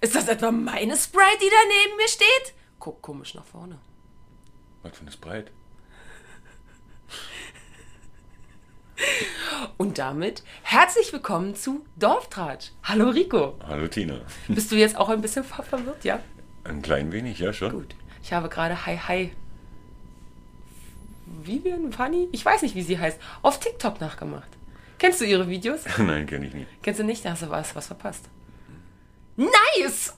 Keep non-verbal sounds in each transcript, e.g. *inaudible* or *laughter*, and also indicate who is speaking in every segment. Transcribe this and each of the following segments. Speaker 1: etwa meine Sprite, die da neben mir steht? Guck komisch nach vorne.
Speaker 2: Was für eine Sprite?
Speaker 1: Und damit herzlich willkommen zu Dorftratsch. Hallo Rico.
Speaker 2: Hallo Tina.
Speaker 1: Bist du jetzt auch ein bisschen ver- verwirrt, ja?
Speaker 2: Ein klein wenig, ja schon.
Speaker 1: Gut. Ich habe gerade Hi Hi. Vivian Fanny? Ich weiß nicht, wie sie heißt. Auf TikTok nachgemacht. Kennst du ihre Videos?
Speaker 2: *laughs* Nein, kenne ich nicht.
Speaker 1: Kennst du nicht? Da hast du was, was verpasst. Nice!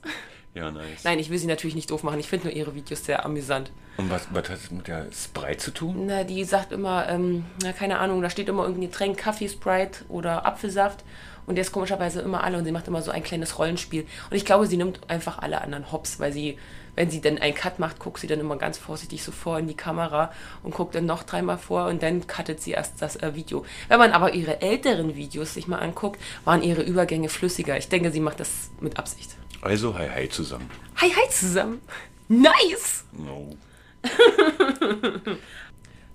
Speaker 2: Ja, nice.
Speaker 1: Nein, ich will sie natürlich nicht doof machen. Ich finde nur ihre Videos sehr amüsant.
Speaker 2: Und was, was hat es mit der Sprite zu tun?
Speaker 1: Na, die sagt immer, ähm, na, keine Ahnung, da steht immer irgendein Getränk, Kaffee, Sprite oder Apfelsaft. Und der ist komischerweise immer alle und sie macht immer so ein kleines Rollenspiel. Und ich glaube, sie nimmt einfach alle anderen Hops, weil sie, wenn sie dann einen Cut macht, guckt sie dann immer ganz vorsichtig so vor in die Kamera und guckt dann noch dreimal vor und dann cuttet sie erst das äh, Video. Wenn man aber ihre älteren Videos sich mal anguckt, waren ihre Übergänge flüssiger. Ich denke, sie macht das mit Absicht.
Speaker 2: Also, hi, hi zusammen.
Speaker 1: Hi, hi zusammen. Nice!
Speaker 2: No.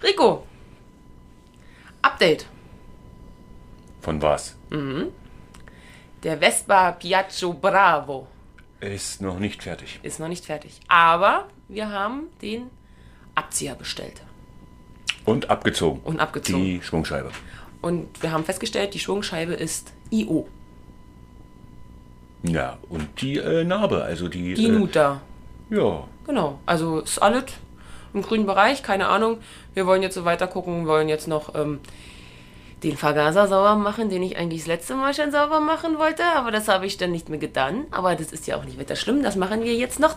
Speaker 1: Rico. Update.
Speaker 2: Von was?
Speaker 1: Der Vespa Piaggio Bravo
Speaker 2: Ist noch nicht fertig.
Speaker 1: ist noch nicht fertig. Aber wir haben den Abzieher bestellt
Speaker 2: Und abgezogen.
Speaker 1: und abgezogen.
Speaker 2: Die Schwungscheibe.
Speaker 1: Und wir haben festgestellt, die Schwungscheibe ist IO.
Speaker 2: Ja, und die äh, Narbe, also die.
Speaker 1: Die Nuta.
Speaker 2: Äh, ja.
Speaker 1: Genau. Also ist alles im grünen Bereich, keine Ahnung. Wir wollen jetzt so weiter gucken, wollen jetzt noch ähm, den Vergaser sauber machen, den ich eigentlich das letzte Mal schon sauber machen wollte, aber das habe ich dann nicht mehr getan. Aber das ist ja auch nicht weiter schlimm, das machen wir jetzt noch.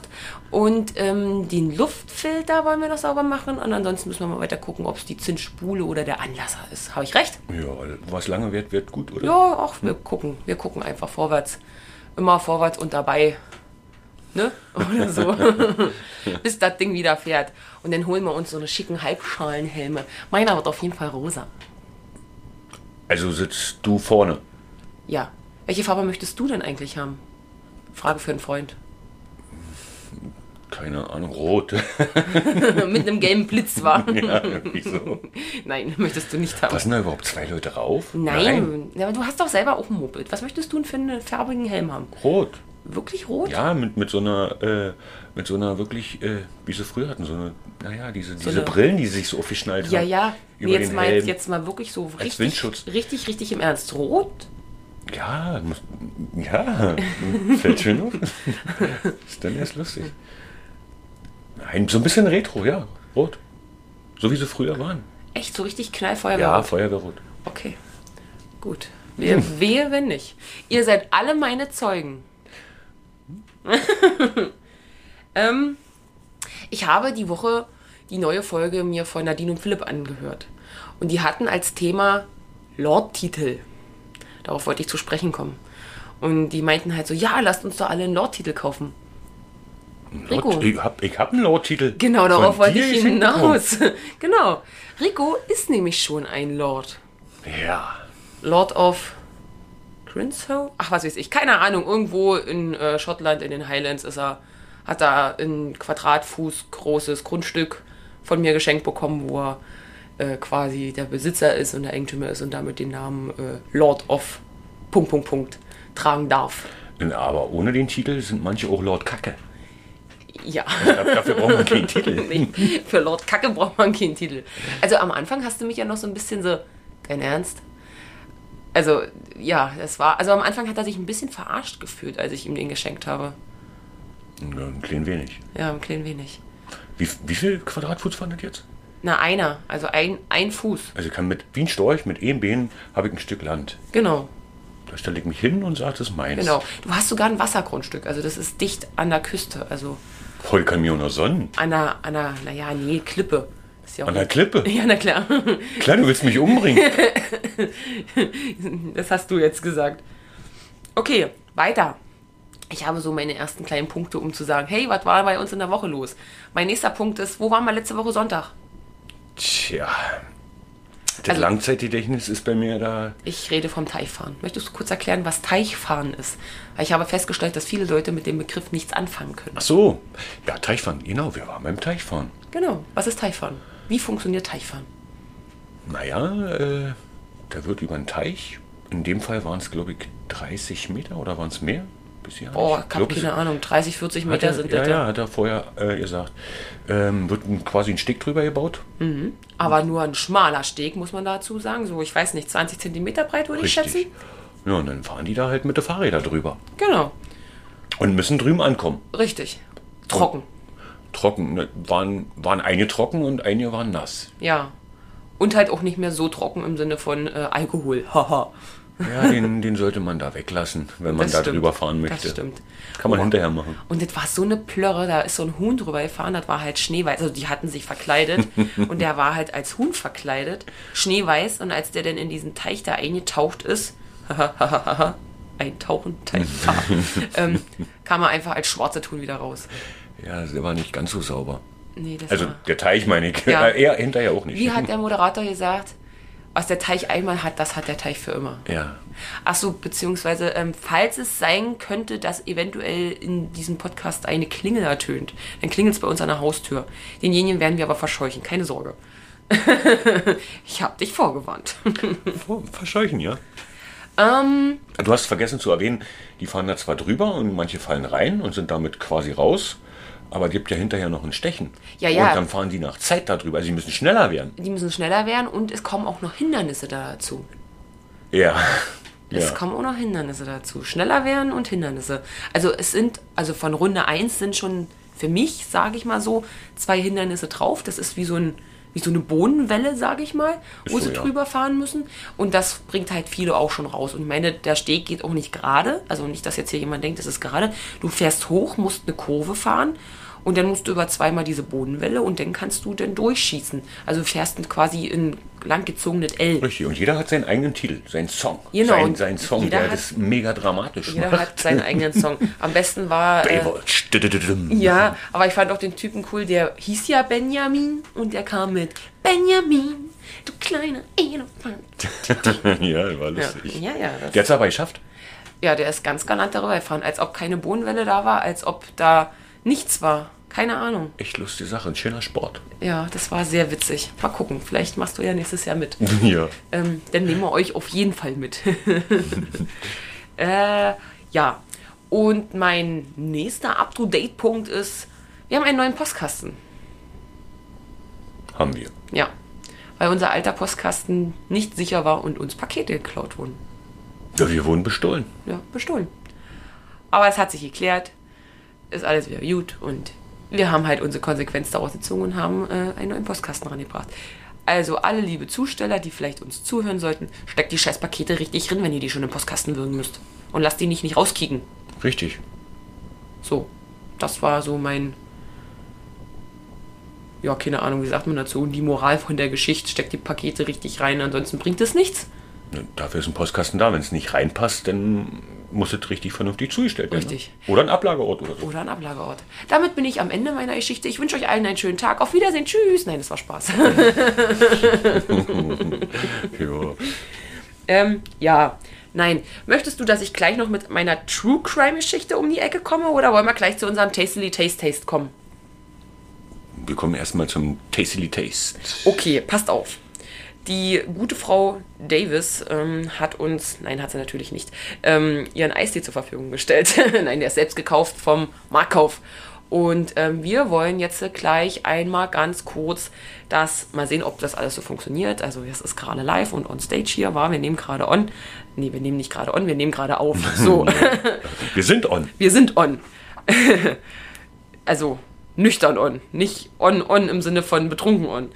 Speaker 1: Und ähm, den Luftfilter wollen wir noch sauber machen und ansonsten müssen wir mal weiter gucken, ob es die Zinsspule oder der Anlasser ist. Habe ich recht?
Speaker 2: Ja, was lange wird, wird gut, oder?
Speaker 1: Ja, auch wir gucken. Wir gucken einfach vorwärts. Immer vorwärts und dabei. Ne? *laughs* Oder
Speaker 2: *laughs*
Speaker 1: so. Bis das Ding wieder fährt. Und dann holen wir uns so eine schicken Halbschalenhelme. Meiner wird auf jeden Fall rosa.
Speaker 2: Also sitzt du vorne.
Speaker 1: Ja. Welche Farbe möchtest du denn eigentlich haben? Frage für einen Freund. *laughs*
Speaker 2: Keine Ahnung, rot. *laughs*
Speaker 1: Mit einem gelben Blitz war.
Speaker 2: ja, irgendwie so.
Speaker 1: Nein, möchtest du nicht haben.
Speaker 2: Passen da überhaupt zwei Leute drauf?
Speaker 1: Nein. Ja, aber du hast doch selber auch ein Moped. Was möchtest du denn für einen farbigen Helm haben?
Speaker 2: Rot.
Speaker 1: Wirklich rot?
Speaker 2: Ja, mit, mit so einer, äh, mit so einer wirklich, äh, wie sie früher hatten, so eine, naja, diese, diese
Speaker 1: eine-
Speaker 2: Brillen, die sie sich so aufgeschnallt
Speaker 1: Ja,
Speaker 2: haben.
Speaker 1: ja.
Speaker 2: Über
Speaker 1: Nee, jetzt
Speaker 2: den
Speaker 1: mal,
Speaker 2: Helm.
Speaker 1: jetzt mal wirklich so richtig,
Speaker 2: Windschutz.
Speaker 1: richtig, richtig im Ernst. Rot?
Speaker 2: Ja, muss, ja, *laughs* fällt schön auf. Ist dann erst lustig. Nein, so ein bisschen Retro, ja, rot. So wie sie früher waren.
Speaker 1: Echt so richtig Knallfeuerwehr?
Speaker 2: Ja, Feuerwehrrot.
Speaker 1: Okay. Gut. Wir
Speaker 2: Hm.
Speaker 1: wehe, wenn nicht. Ihr seid alle meine Zeugen. *laughs* ähm, ich habe die Woche die neue Folge mir von Nadine und Philipp angehört. Und die hatten als Thema Lordtitel. Darauf wollte ich zu sprechen kommen. Und die meinten halt so, ja, lasst uns doch alle einen Lordtitel kaufen. Rico.
Speaker 2: Lord, ich habe ich hab einen Lord-Titel.
Speaker 1: Genau, darauf
Speaker 2: Von
Speaker 1: wollte
Speaker 2: dir
Speaker 1: ich
Speaker 2: geschenkt bekommen.
Speaker 1: hinaus. *laughs* genau. Rico ist nämlich schon ein Lord.
Speaker 2: Ja,
Speaker 1: Lord of Grinso? Ach, was weiß ich. Keine Ahnung. Irgendwo in äh, Schottland, in den Highlands, ist er, hat er ein Quadratfuß großes Grundstück von mir geschenkt bekommen, wo er äh, quasi der Besitzer ist und der Eigentümer ist und damit den Namen äh, Lord of Punkt, Punkt, Punkt tragen darf.
Speaker 2: Und aber ohne den Titel sind manche auch Lord Kacke.
Speaker 1: Ja.
Speaker 2: Dafür braucht man keinen Titel.
Speaker 1: Nee, für Lord Kacke braucht man keinen Titel. Also am Anfang hast du mich ja noch so ein bisschen so, dein Ernst? Also, ja, das war. Also am Anfang hat er sich ein bisschen verarscht gefühlt, als ich ihm den geschenkt habe.
Speaker 2: Ja, ein klein wenig.
Speaker 1: Ja, ein klein wenig.
Speaker 2: Wie, wie viel Quadratfuß waren das jetzt?
Speaker 1: Na, einer. Also ein, ein Fuß.
Speaker 2: Also ich kann mit Wien Storch, mit Ebenbeen, habe ich ein Stück Land.
Speaker 1: Genau.
Speaker 2: Da stelle ich mich hin und sage, das ist meins.
Speaker 1: Genau. Du hast sogar ein Wassergrundstück. Also das ist dicht an der Küste. Also
Speaker 2: Voll kann mir auch noch Sonnen.
Speaker 1: an der, an der naja, nee, Klippe. Ist ja auch
Speaker 2: An der Klippe.
Speaker 1: *laughs* ja, na klar.
Speaker 2: Klar, du willst mich
Speaker 1: *laughs*
Speaker 2: umbringen.
Speaker 1: Das hast du jetzt gesagt. Okay, weiter. Ich habe so meine ersten kleinen Punkte, um zu sagen, hey, was war bei uns in der Woche los? Mein nächster Punkt ist, wo waren wir letzte Woche Sonntag?
Speaker 2: Tja. Das
Speaker 1: Also-
Speaker 2: Langzeitgedächtnis ist bei mir da.
Speaker 1: Ich rede vom Teichfahren. Möchtest du kurz erklären, was Teichfahren ist? Weil ich habe festgestellt, dass viele Leute mit dem Begriff nichts anfangen können.
Speaker 2: Ach so. Ja, Teichfahren. Genau, wir waren beim Teichfahren.
Speaker 1: Genau. Was ist Teichfahren? Wie funktioniert Teichfahren?
Speaker 2: Naja, äh, da wird über einen Teich. In dem Fall waren es, glaube ich, 30 Meter oder waren es mehr? Bisschen
Speaker 1: Oh,
Speaker 2: ich
Speaker 1: ich
Speaker 2: glaub,
Speaker 1: habe keine Ahnung, 30, 40
Speaker 2: Hat
Speaker 1: Meter
Speaker 2: er,
Speaker 1: sind
Speaker 2: ja,
Speaker 1: das.
Speaker 2: ja, hat er vorher äh, gesagt. Ähm, wird ein, quasi ein Steg drüber gebaut.
Speaker 1: Aber nur ein schmaler Steg, muss man dazu sagen. So, ich weiß nicht, 20 Zentimeter breit würde ich schätzen.
Speaker 2: Ja, und dann fahren die da halt mit den Fahrrädern drüber.
Speaker 1: Genau,
Speaker 2: Und müssen drüben ankommen.
Speaker 1: richtig. Trocken,
Speaker 2: Trocken. ne? Waren, waren einige trocken und einige waren nass.
Speaker 1: ja. Und halt auch nicht mehr so trocken im Sinne von äh, Alkohol. *laughs* Haha.
Speaker 2: Ja, den, den sollte man da weglassen, wenn man
Speaker 1: Das
Speaker 2: da
Speaker 1: stimmt.
Speaker 2: drüber fahren
Speaker 1: Das
Speaker 2: möchte.
Speaker 1: stimmt.
Speaker 2: Kann man
Speaker 1: Oh.
Speaker 2: hinterher machen.
Speaker 1: Und das war so eine Plörre, da ist so ein Huhn drüber gefahren, das war halt schneeweiß. Also die hatten sich verkleidet und der war halt als Huhn verkleidet, schneeweiß. Und als der dann in diesen Teich da eingetaucht ist, *laughs* eintauchen, Teich, ähm, kam er einfach als schwarzes Huhn wieder raus.
Speaker 2: Ja, der war nicht ganz so sauber.
Speaker 1: Nee, das
Speaker 2: Also
Speaker 1: war...
Speaker 2: der Teich meine ich. *laughs*
Speaker 1: Ja.
Speaker 2: Er hinterher auch nicht.
Speaker 1: Wie hat der Moderator gesagt, was der Teich einmal hat, das hat der Teich für immer.
Speaker 2: ja.
Speaker 1: Ach so, beziehungsweise, ähm, falls es sein könnte, dass eventuell in diesem Podcast eine Klingel ertönt, dann klingelt es bei uns an der Haustür. Denjenigen werden wir aber verscheuchen, keine Sorge. *laughs* ich habe dich vorgewarnt. *laughs*
Speaker 2: Oh, verscheuchen, ja.
Speaker 1: Ähm,
Speaker 2: Du hast vergessen zu erwähnen, die fahren da zwar drüber und manche fallen rein und sind damit quasi raus, aber gibt ja hinterher noch ein Stechen.
Speaker 1: Ja, ja.
Speaker 2: Und dann fahren die nach Zeit da drüber. Also sie müssen schneller werden.
Speaker 1: Die müssen schneller werden und es kommen auch noch Hindernisse dazu.
Speaker 2: Ja.
Speaker 1: Es kommen auch noch Hindernisse dazu. Schneller werden und Hindernisse. Also es sind, also von Runde 1 sind schon für mich, sage ich mal so, zwei Hindernisse drauf. Das ist wie so, ein, wie so eine Bohnenwelle, sage ich mal,
Speaker 2: Ist
Speaker 1: wo
Speaker 2: so,
Speaker 1: sie
Speaker 2: ja.
Speaker 1: drüber fahren müssen. Und das bringt halt viele auch schon raus. Und ich meine, der Steg geht auch nicht gerade. Also nicht, dass jetzt hier jemand denkt, es ist gerade. Du fährst hoch, musst eine Kurve fahren. Und dann musst du über zweimal diese Bodenwelle und dann kannst du dann durchschießen. Also du fährst dann quasi in langgezogenes L.
Speaker 2: Richtig. Und jeder hat seinen eigenen Titel, seinen Song.
Speaker 1: Genau.
Speaker 2: Sein,
Speaker 1: Und
Speaker 2: sein Song,
Speaker 1: jeder
Speaker 2: der
Speaker 1: hat-
Speaker 2: das mega dramatisch
Speaker 1: Jeder
Speaker 2: macht.
Speaker 1: hat seinen eigenen Song. Am besten war. Äh,
Speaker 2: Baywatch. Dü-dü-dü-düm.
Speaker 1: ja, aber ich fand auch den Typen cool, der hieß ja Benjamin und der kam mit Benjamin, du kleiner Elefant.
Speaker 2: *laughs* ja, war lustig.
Speaker 1: Ja, ja, das,
Speaker 2: Der hat es aber geschafft.
Speaker 1: ja, der ist ganz galant darüber gefahren, als ob keine Bodenwelle da war, als ob da nichts war. Keine Ahnung.
Speaker 2: Echt lustige Sache. Ein schöner Sport. *laughs*
Speaker 1: Ja, das war sehr witzig. Mal gucken, vielleicht machst du ja nächstes Jahr mit.
Speaker 2: ja.
Speaker 1: Ähm, dann nehmen wir euch auf jeden Fall mit. äh, ja, und mein nächster Up-to-Date-Punkt ist, wir haben einen neuen Postkasten.
Speaker 2: Haben wir.
Speaker 1: Ja, weil unser alter Postkasten nicht sicher war und uns Pakete geklaut wurden.
Speaker 2: Ja, wir wurden bestohlen.
Speaker 1: Ja, bestohlen. Aber es hat sich geklärt, ist alles wieder gut und wir haben halt unsere Konsequenz daraus gezogen und haben äh, einen neuen Postkasten rangebracht. Also alle liebe Zusteller, die vielleicht uns zuhören sollten, steckt die scheiß Pakete richtig drin, wenn ihr die schon im Postkasten würgen müsst. Und lasst die nicht nicht rauskicken.
Speaker 2: Richtig.
Speaker 1: So, das war so mein... Ja, keine Ahnung, wie sagt man dazu? Die Moral von der Geschichte steckt die Pakete richtig rein, ansonsten bringt es nichts.
Speaker 2: Ne, Dafür ist ein Postkasten da. Wenn es nicht reinpasst, dann muss es richtig vernünftig zugestellt werden.
Speaker 1: Richtig.
Speaker 2: Ne? Oder ein Ablageort oder so.
Speaker 1: oder ein Ablagerort. Damit bin ich am Ende meiner Geschichte. Ich wünsche euch allen einen schönen Tag. Auf Wiedersehen. Tschüss. Nein, das war Spaß. *laughs*
Speaker 2: Ja.
Speaker 1: ähm, ja, nein. Möchtest du, dass ich gleich noch mit meiner True Crime Geschichte um die Ecke komme oder wollen wir gleich zu unserem Tastily Taste Taste kommen?
Speaker 2: Wir kommen erstmal zum Tastily Taste.
Speaker 1: Okay, passt auf. Die gute Frau Davis ähm, hat uns, nein, hat sie natürlich nicht, ähm, ihren Eistee zur Verfügung gestellt. *laughs* nein, der ist selbst gekauft vom Marktkauf. Und ähm, wir wollen jetzt gleich einmal ganz kurz das, mal sehen, ob das alles so funktioniert. Also es ist gerade live und on stage hier war. Wir nehmen gerade on. Nee, wir nehmen nicht gerade on, wir nehmen gerade auf. So,
Speaker 2: Wir sind on.
Speaker 1: wir sind on. *laughs* also nüchtern on, nicht on on im Sinne von betrunken on.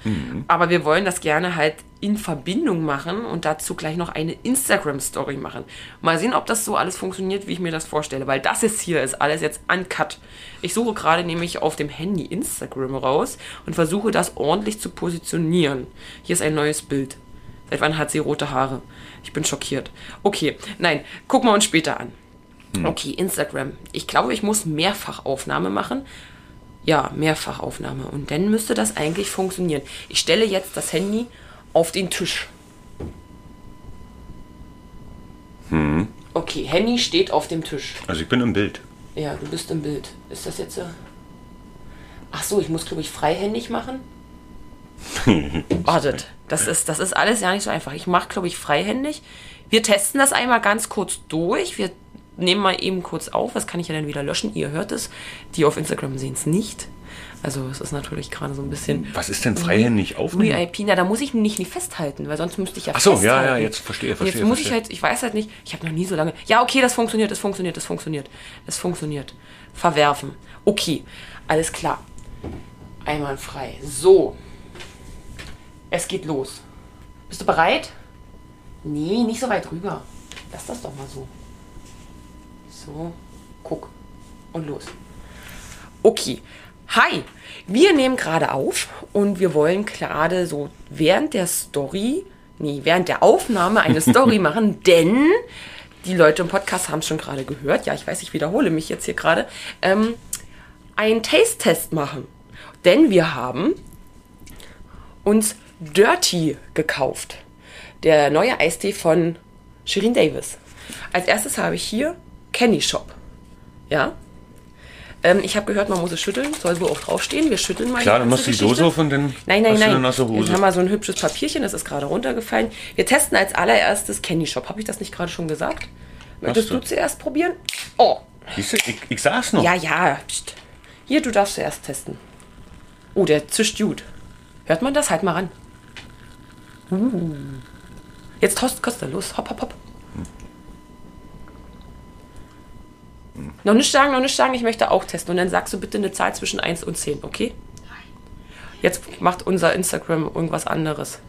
Speaker 1: Aber wir wollen das gerne halt in Verbindung machen und dazu gleich noch eine Instagram Story machen. Mal sehen, ob das so alles funktioniert, wie ich mir das vorstelle, weil das jetzt hier ist alles jetzt uncut. Ich suche gerade nämlich auf dem Handy Instagram raus und versuche das ordentlich zu positionieren. Hier ist ein neues Bild. Seit wann hat sie rote Haare? Ich bin schockiert. Okay, nein, gucken wir uns später an. Okay, Instagram. Ich glaube, ich muss Mehrfachaufnahme machen. Ja, Mehrfachaufnahme. Und dann müsste das eigentlich funktionieren. Ich stelle jetzt das Handy auf den Tisch. Okay, Handy steht auf dem Tisch.
Speaker 2: Also ich bin im Bild.
Speaker 1: Ja, du bist im Bild. Ist das jetzt so? Ach so, ich muss, glaube ich, freihändig machen. Wartet, das ist, das ist alles ja nicht so einfach. Ich mache, glaube ich, freihändig. Wir testen das einmal ganz kurz durch. Wir nehme mal eben kurz auf, das kann ich ja dann wieder löschen. Ihr hört es. Die auf Instagram sehen es nicht. Also es ist natürlich gerade so ein bisschen
Speaker 2: Was ist denn
Speaker 1: Mhm.
Speaker 2: freihändig aufnehmen?
Speaker 1: VIP. Na, da muss ich mich nicht festhalten, weil sonst müsste ich ja
Speaker 2: Ach so, ja,
Speaker 1: festhalten.
Speaker 2: ja, jetzt verstehe,
Speaker 1: Und
Speaker 2: verstehe,
Speaker 1: Jetzt muss ich
Speaker 2: verstehe.
Speaker 1: halt, ich weiß halt nicht, ich habe noch nie so lange. Ja, okay, das funktioniert, das funktioniert, das funktioniert. Das funktioniert. Verwerfen. Okay, alles klar. Einwandfrei. So. Es geht los. Bist du bereit? Nee, nicht so weit rüber. Lass das doch mal so. So, guck. Und los. Okay. Hi, wir nehmen gerade auf und wir wollen gerade so während der Story, nee, während der Aufnahme eine Story machen, denn die Leute im Podcast haben es schon gerade gehört. Ja, ich weiß, ich wiederhole mich jetzt hier gerade. Ähm, einen Taste-Test machen. Denn wir haben uns Dirty gekauft. Der neue Eistee von Shirin Davis. Als erstes habe ich hier Candy Shop. Ja. Ähm, ich habe gehört, man muss es schütteln. Soll wohl auch draufstehen. Wir schütteln mal.
Speaker 2: Klar,
Speaker 1: die
Speaker 2: dann
Speaker 1: ganze
Speaker 2: machst du die
Speaker 1: also Geschichte.
Speaker 2: Dose auf und dann
Speaker 1: Nein, nein,
Speaker 2: hast du
Speaker 1: nein.
Speaker 2: eine nasse
Speaker 1: Jetzt haben
Speaker 2: Hose.
Speaker 1: wir so ein hübsches Papierchen, das ist gerade runtergefallen. Wir testen als allererstes Candy Shop. Habe ich das nicht gerade schon gesagt? Möchtest
Speaker 2: Hast du.
Speaker 1: du zuerst probieren? Oh,
Speaker 2: Siehst du, ich, ich saß noch.
Speaker 1: ja, ja. Pst. Hier, du darfst zuerst testen. Oh, der zischt gut. Hört man das? Halt mal ran. Uh. Jetzt kost, kostet er los. Hopp, hopp, hopp. Noch nicht sagen, noch nicht sagen, ich möchte auch testen. Und dann sagst du bitte eine Zahl zwischen 1 und 10, okay? Jetzt macht unser Instagram irgendwas anderes.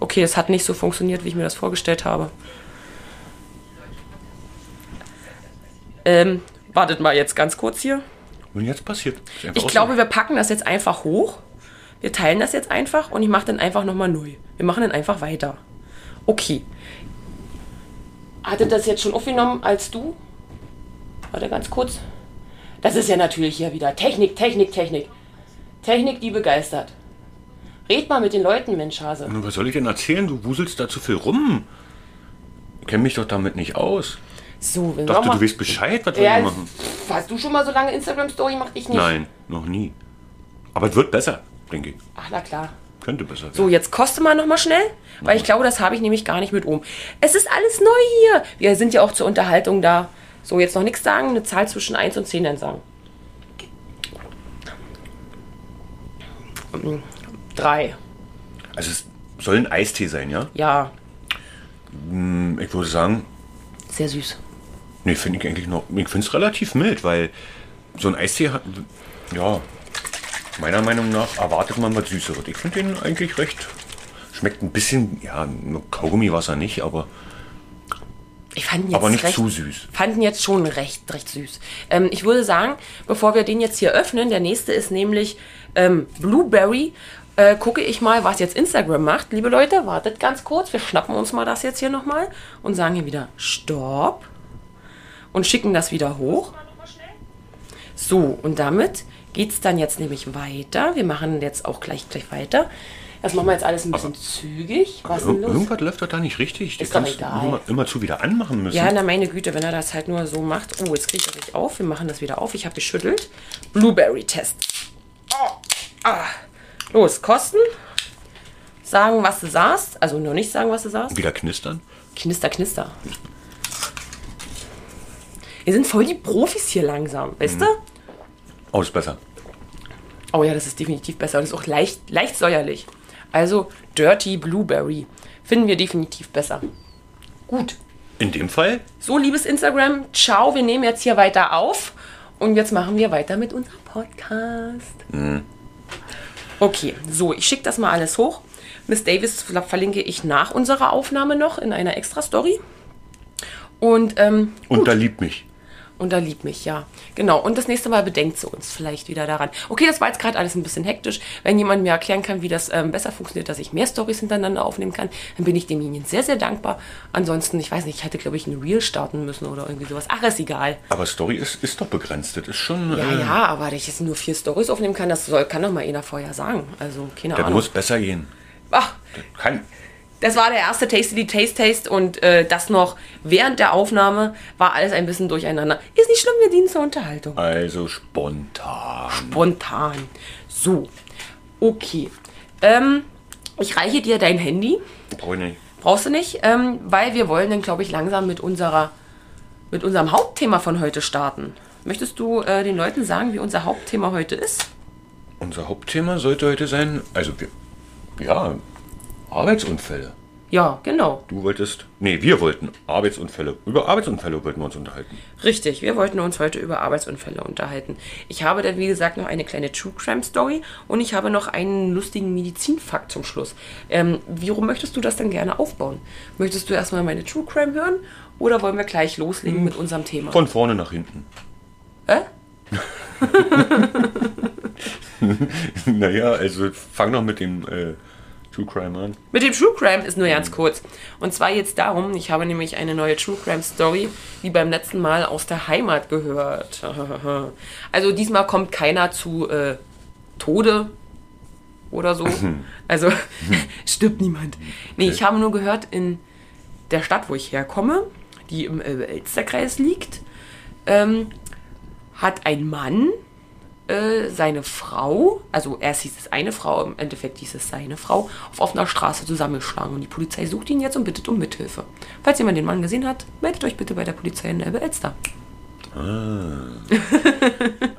Speaker 1: Okay, es hat nicht so funktioniert, wie ich mir das vorgestellt habe. Ähm, wartet mal jetzt ganz kurz hier.
Speaker 2: Und jetzt passiert. Ist einfach
Speaker 1: Ich
Speaker 2: aus-
Speaker 1: glaube, wir packen das jetzt einfach hoch. Wir teilen das jetzt einfach und ich mache dann einfach nochmal neu. Wir machen dann einfach weiter. Okay. Hatte das jetzt schon aufgenommen als du? Warte ganz kurz. Das ist ja natürlich hier wieder Technik, Technik, Technik. Technik, die begeistert. Red mal mit den Leuten, Mensch Hase.
Speaker 2: Nun, was soll ich denn erzählen? Du wuselst da zu viel rum. Ich kenne mich doch damit nicht aus.
Speaker 1: So, wenn
Speaker 2: Ich dachte,
Speaker 1: wir mal-
Speaker 2: du weißt Bescheid, was
Speaker 1: ja,
Speaker 2: wir machen.
Speaker 1: pff, Hast du schon mal so lange Instagram-Story? Mach ich nicht.
Speaker 2: Nein, noch nie. Aber es wird besser, denke ich.
Speaker 1: Ach, na klar.
Speaker 2: Könnte besser werden.
Speaker 1: So, jetzt koste mal nochmal schnell, weil ich glaube, das habe ich nämlich gar nicht mit oben. Es ist alles neu hier. Wir sind ja auch zur Unterhaltung da. So, jetzt noch nichts sagen, eine Zahl zwischen 1 und 10 dann sagen. 3.
Speaker 2: Also es soll ein Eistee sein, ja?
Speaker 1: Ja,
Speaker 2: Ich würde sagen,
Speaker 1: sehr süß.
Speaker 2: nee, finde ich eigentlich noch, ich finde es relativ mild, weil so ein Eistee hat, ja, meiner Meinung nach erwartet man was Süßeres. Ich finde den eigentlich recht, schmeckt ein bisschen, ja, nur Kaugummiwasser nicht, aber
Speaker 1: Ich fand ihn jetzt
Speaker 2: Aber nicht
Speaker 1: recht,
Speaker 2: zu süß.
Speaker 1: Fanden jetzt schon recht, recht süß. Ähm, ich würde sagen, bevor wir den jetzt hier öffnen, der nächste ist nämlich ähm, Blueberry. Äh, gucke ich mal, was jetzt Instagram macht. Liebe Leute, wartet ganz kurz. Wir schnappen uns mal das jetzt hier nochmal und sagen hier wieder Stopp und schicken das wieder hoch. So, und damit geht's dann jetzt nämlich weiter. Wir machen jetzt auch gleich, gleich weiter. Das machen wir jetzt alles ein bisschen zügig. Was ist
Speaker 2: ir
Speaker 1: denn los?
Speaker 2: irgendwas läuft doch da nicht richtig. Die
Speaker 1: Ist doch
Speaker 2: kannst du
Speaker 1: egal.
Speaker 2: immer, immer zu wieder anmachen müssen.
Speaker 1: Ja, na meine Güte, wenn er das halt nur so macht. Oh, jetzt kriegt er nicht auf. Wir machen das wieder auf. Ich habe geschüttelt. Blueberry-Test. Oh, ah. Los, kosten. Sagen, was du saßt. Also noch nicht sagen, was du saßt.
Speaker 2: wieder knistern.
Speaker 1: Knister, knister. Wir sind voll die Profis hier langsam, weißt du?
Speaker 2: Oh, ist besser.
Speaker 1: Oh ja, das ist definitiv besser und ist auch leicht, leicht säuerlich. Also Dirty Blueberry. Finden wir definitiv besser. Gut.
Speaker 2: In dem Fall,
Speaker 1: So, liebes Instagram, ciao, wir nehmen jetzt hier weiter auf und jetzt machen wir weiter mit unserem Podcast. Okay, so, ich schicke das mal alles hoch. Miss Davis ver- verlinke ich nach unserer Aufnahme noch in einer Extra-Story. Und, ähm,
Speaker 2: und da liebt mich.
Speaker 1: und da liebt mich, ja. Genau, und das nächste Mal bedenkt sie uns vielleicht wieder daran. Okay, das war jetzt gerade alles ein bisschen hektisch. Wenn jemand mir erklären kann, wie das ähm, besser funktioniert, dass ich mehr Stories hintereinander aufnehmen kann, dann bin ich demjenigen sehr, sehr dankbar. Ansonsten, ich weiß nicht, ich hätte, glaube ich, ein Reel starten müssen oder irgendwie sowas. Ach, ist egal.
Speaker 2: Aber Story ist, ist doch begrenzt. Das ist schon.
Speaker 1: Ja,
Speaker 2: äh,
Speaker 1: ja, aber dass ich jetzt nur vier Stories aufnehmen kann, das soll, kann doch mal einer vorher sagen. Also, keine
Speaker 2: Das
Speaker 1: Ahnung.
Speaker 2: muss besser gehen.
Speaker 1: Ach,
Speaker 2: Kann.
Speaker 1: das war der erste Tasty Taste Taste und äh, das noch während der Aufnahme war alles ein bisschen durcheinander. Ist nicht schlimm, wir dienen zur Unterhaltung.
Speaker 2: Also spontan.
Speaker 1: Spontan. So, okay. Ähm, ich reiche dir dein Handy.
Speaker 2: Brauche ich nicht.
Speaker 1: Brauchst du nicht, ähm, weil wir wollen dann, glaube ich, langsam mit, unserer, mit unserem Hauptthema von heute starten. Möchtest du äh, den Leuten sagen, wie unser Hauptthema heute ist?
Speaker 2: Unser Hauptthema sollte heute sein, also wir, ja, Arbeitsunfälle.
Speaker 1: Ja, genau.
Speaker 2: Du wolltest, nee, wir wollten Arbeitsunfälle. Über Arbeitsunfälle wollten wir uns unterhalten.
Speaker 1: Richtig, wir wollten uns heute über Arbeitsunfälle unterhalten. Ich habe dann, wie gesagt, noch eine kleine True Crime Story und ich habe noch einen lustigen Medizinfakt zum Schluss. Ähm, wie rum möchtest du das denn gerne aufbauen? Möchtest du erstmal meine True Crime hören oder wollen wir gleich loslegen mit unserem Thema?
Speaker 2: Von vorne nach hinten.
Speaker 1: Äh?
Speaker 2: *laughs* naja, also fang doch mit dem äh, True Crime an.
Speaker 1: Mit dem True Crime ist nur ganz kurz. Und zwar jetzt darum, ich habe nämlich eine neue True Crime Story, wie beim letzten Mal aus der Heimat gehört. *laughs* Also diesmal kommt keiner zu äh, Tode oder so. Also *laughs* stirbt niemand. Nee, ich habe nur gehört, in der Stadt, wo ich herkomme, die im äh, Elsterkreis liegt, ähm, hat ein Mann äh, seine Frau, also erst hieß es eine Frau, im Endeffekt hieß es seine Frau, auf offener Straße zusammengeschlagen. Und die Polizei sucht ihn jetzt und bittet um Mithilfe. Falls jemand den Mann gesehen hat, meldet euch bitte bei der Polizei in Elbe-Elster.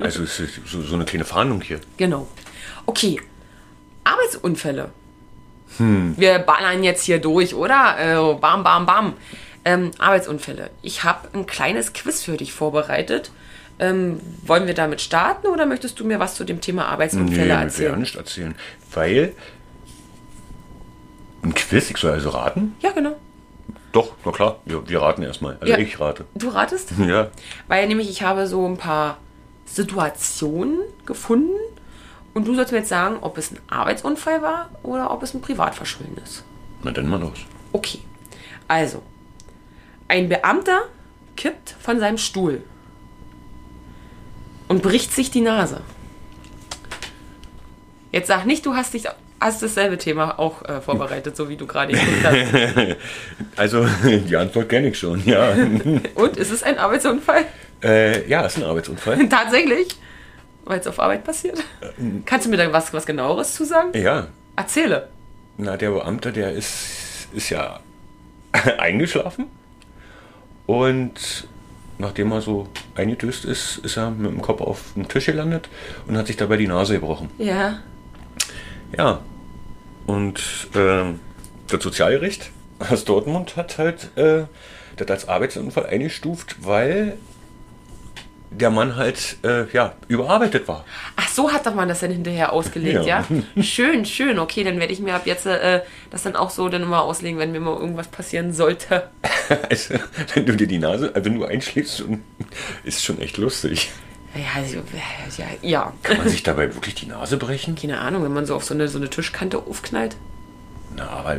Speaker 2: Also es ist so, so eine kleine Fahndung hier.
Speaker 1: Genau. Okay. Arbeitsunfälle. Wir ballern jetzt hier durch, oder? Äh, bam, bam, bam. Ähm, Arbeitsunfälle. Ich habe ein kleines Quiz für dich vorbereitet. Ähm, wollen wir damit starten oder möchtest du mir was zu dem Thema Arbeitsunfälle
Speaker 2: ich will ja
Speaker 1: erzählen?
Speaker 2: nicht erzählen. Weil ein Quiz, ich soll also raten?
Speaker 1: Ja, genau.
Speaker 2: Doch, na klar, wir, wir raten erstmal. Also
Speaker 1: Ja.
Speaker 2: ich rate.
Speaker 1: Du ratest?
Speaker 2: Ja.
Speaker 1: Weil nämlich ich habe so ein paar Situationen gefunden und du sollst mir jetzt sagen, ob es ein Arbeitsunfall war oder ob es ein Privatverschulden ist.
Speaker 2: Na dann mal los.
Speaker 1: Okay. Also, ein Beamter kippt von seinem Stuhl und bricht sich die Nase. Jetzt sag nicht, du hast dich hast dasselbe Thema auch äh, vorbereitet, so wie du gerade geguckt hast.
Speaker 2: Also *laughs* die Antwort kenne ich schon, ja.
Speaker 1: Und ist es ein Arbeitsunfall?
Speaker 2: äh, ja, ist ein
Speaker 1: *laughs*
Speaker 2: Arbeitsunfall.
Speaker 1: Tatsächlich? Weil es auf Arbeit passiert? Kannst du mir da was, was genaueres zu sagen?
Speaker 2: Ja,
Speaker 1: Erzähle.
Speaker 2: Na, der Beamte, der ist, ist ja *laughs* eingeschlafen. Und nachdem er so eingedöst ist, ist er mit dem Kopf auf den Tisch gelandet und hat sich dabei die Nase gebrochen.
Speaker 1: Ja.
Speaker 2: Ja. Und ähm, das Sozialgericht aus Dortmund hat halt äh, das als Arbeitsunfall eingestuft, weil der Mann halt äh, ja, überarbeitet war.
Speaker 1: Ach, so hat doch man das dann hinterher ausgelegt, ja?
Speaker 2: Ja.
Speaker 1: Schön, schön. Okay, dann werde ich mir ab jetzt äh, das dann auch so dann immer auslegen, wenn mir mal irgendwas passieren sollte.
Speaker 2: *laughs* Also, wenn du dir die Nase, äh, wenn du einschläfst, und- ist schon echt lustig.
Speaker 1: Ja, also, äh, ja, ja.
Speaker 2: Kann man sich dabei wirklich die Nase brechen?
Speaker 1: Keine Ahnung, wenn man so auf so eine, so eine Tischkante aufknallt.
Speaker 2: Na, aber.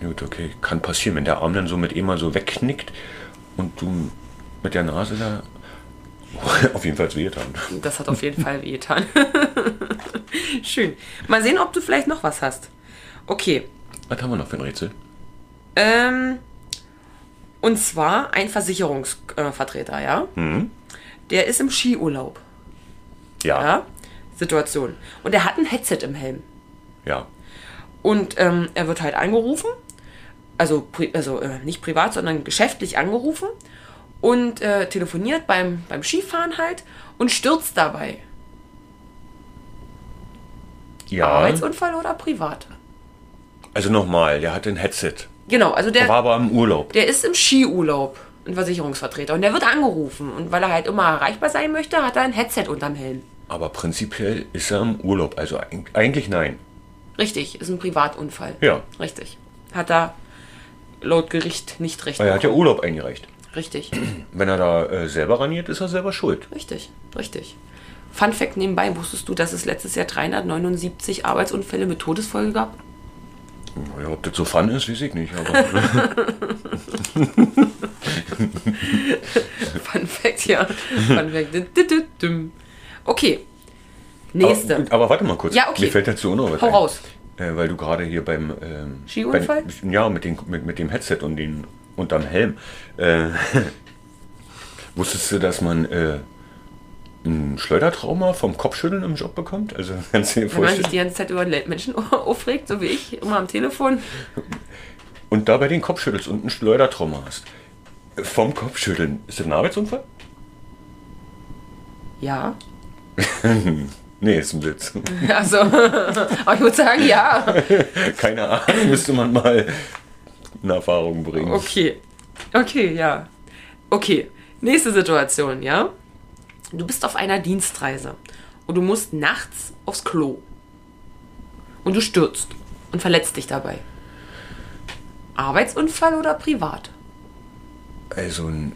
Speaker 2: Gut, okay. Kann passieren, wenn der Arm dann so mit eh mal so wegknickt und du mit der Nase da. *laughs* Auf jeden Fall wehgetan.
Speaker 1: Das hat auf jeden Fall wehgetan. *laughs* schön. Mal sehen, ob du vielleicht noch was hast. Okay.
Speaker 2: Was haben wir noch für ein Rätsel?
Speaker 1: Ähm, und zwar ein Versicherungsvertreter, ja? Der ist im Skiurlaub, ja? Situation. Und er hat ein Headset im Helm.
Speaker 2: Ja.
Speaker 1: Und ähm, er wird halt angerufen, also, pri also äh, nicht privat, sondern geschäftlich angerufen und äh, telefoniert beim, beim Skifahren halt und stürzt dabei.
Speaker 2: Ja. ja.
Speaker 1: Arbeitsunfall oder privat?
Speaker 2: Also nochmal, der hat ein Headset.
Speaker 1: Genau, also der,
Speaker 2: War aber im Urlaub.
Speaker 1: der ist im Skiurlaub, ein Versicherungsvertreter. Und der wird angerufen. Und weil er halt immer erreichbar sein möchte, hat er ein Headset unterm Helm.
Speaker 2: Aber prinzipiell ist er im Urlaub. Also eig- eigentlich nein.
Speaker 1: Richtig, ist ein Privatunfall.
Speaker 2: Ja.
Speaker 1: Richtig. Hat er laut Gericht nicht recht.
Speaker 2: Weil er hat Oh ja Urlaub eingereicht.
Speaker 1: Richtig,
Speaker 2: Wenn er da äh, selber raniert, ist er selber schuld.
Speaker 1: richtig, richtig. Fun Fact nebenbei, wusstest du, dass es letztes Jahr 379 Arbeitsunfälle mit Todesfolge gab?
Speaker 2: Ja, ob das so fun ist, weiß ich
Speaker 1: *laughs*
Speaker 2: nicht. Aber
Speaker 1: Fun Fact, ja. Fun Fact. Dü- dü- dü- düm. Okay. Nächste.
Speaker 2: Aber, äh, aber warte mal kurz.
Speaker 1: Ja, okay.
Speaker 2: Mir fällt dazu auch noch was
Speaker 1: Hau
Speaker 2: ein.
Speaker 1: raus.
Speaker 2: Äh, weil du gerade hier beim ähm,
Speaker 1: Skiunfall?
Speaker 2: Beim, ja, mit, den, mit, mit dem Headset und den unterm Helm. Äh, *laughs* wusstest du, dass man äh, ein Schleudertrauma vom Kopfschütteln im Job bekommt? Also *laughs* kannst du dir
Speaker 1: Wenn man sich
Speaker 2: vorstellen?
Speaker 1: *laughs* die ganze Zeit über Menschen aufregt, so wie ich, immer am Telefon.
Speaker 2: und dabei den Kopf schüttelst und einen Schleudertrauma hast. Vom Kopfschütteln. Ist das ein Arbeitsunfall?
Speaker 1: Ja. *laughs*
Speaker 2: Nee, ist ein Witz. *laughs*
Speaker 1: Also, *laughs* aber ich würde sagen, ja.
Speaker 2: Keine Ahnung, müsste man mal in Erfahrung bringen.
Speaker 1: Okay. Okay, ja. Okay. Nächste Situation, ja? Du bist auf einer Dienstreise und du musst nachts aufs Klo. Und du stürzt und verletzt dich dabei. Arbeitsunfall oder privat?
Speaker 2: Also, ein-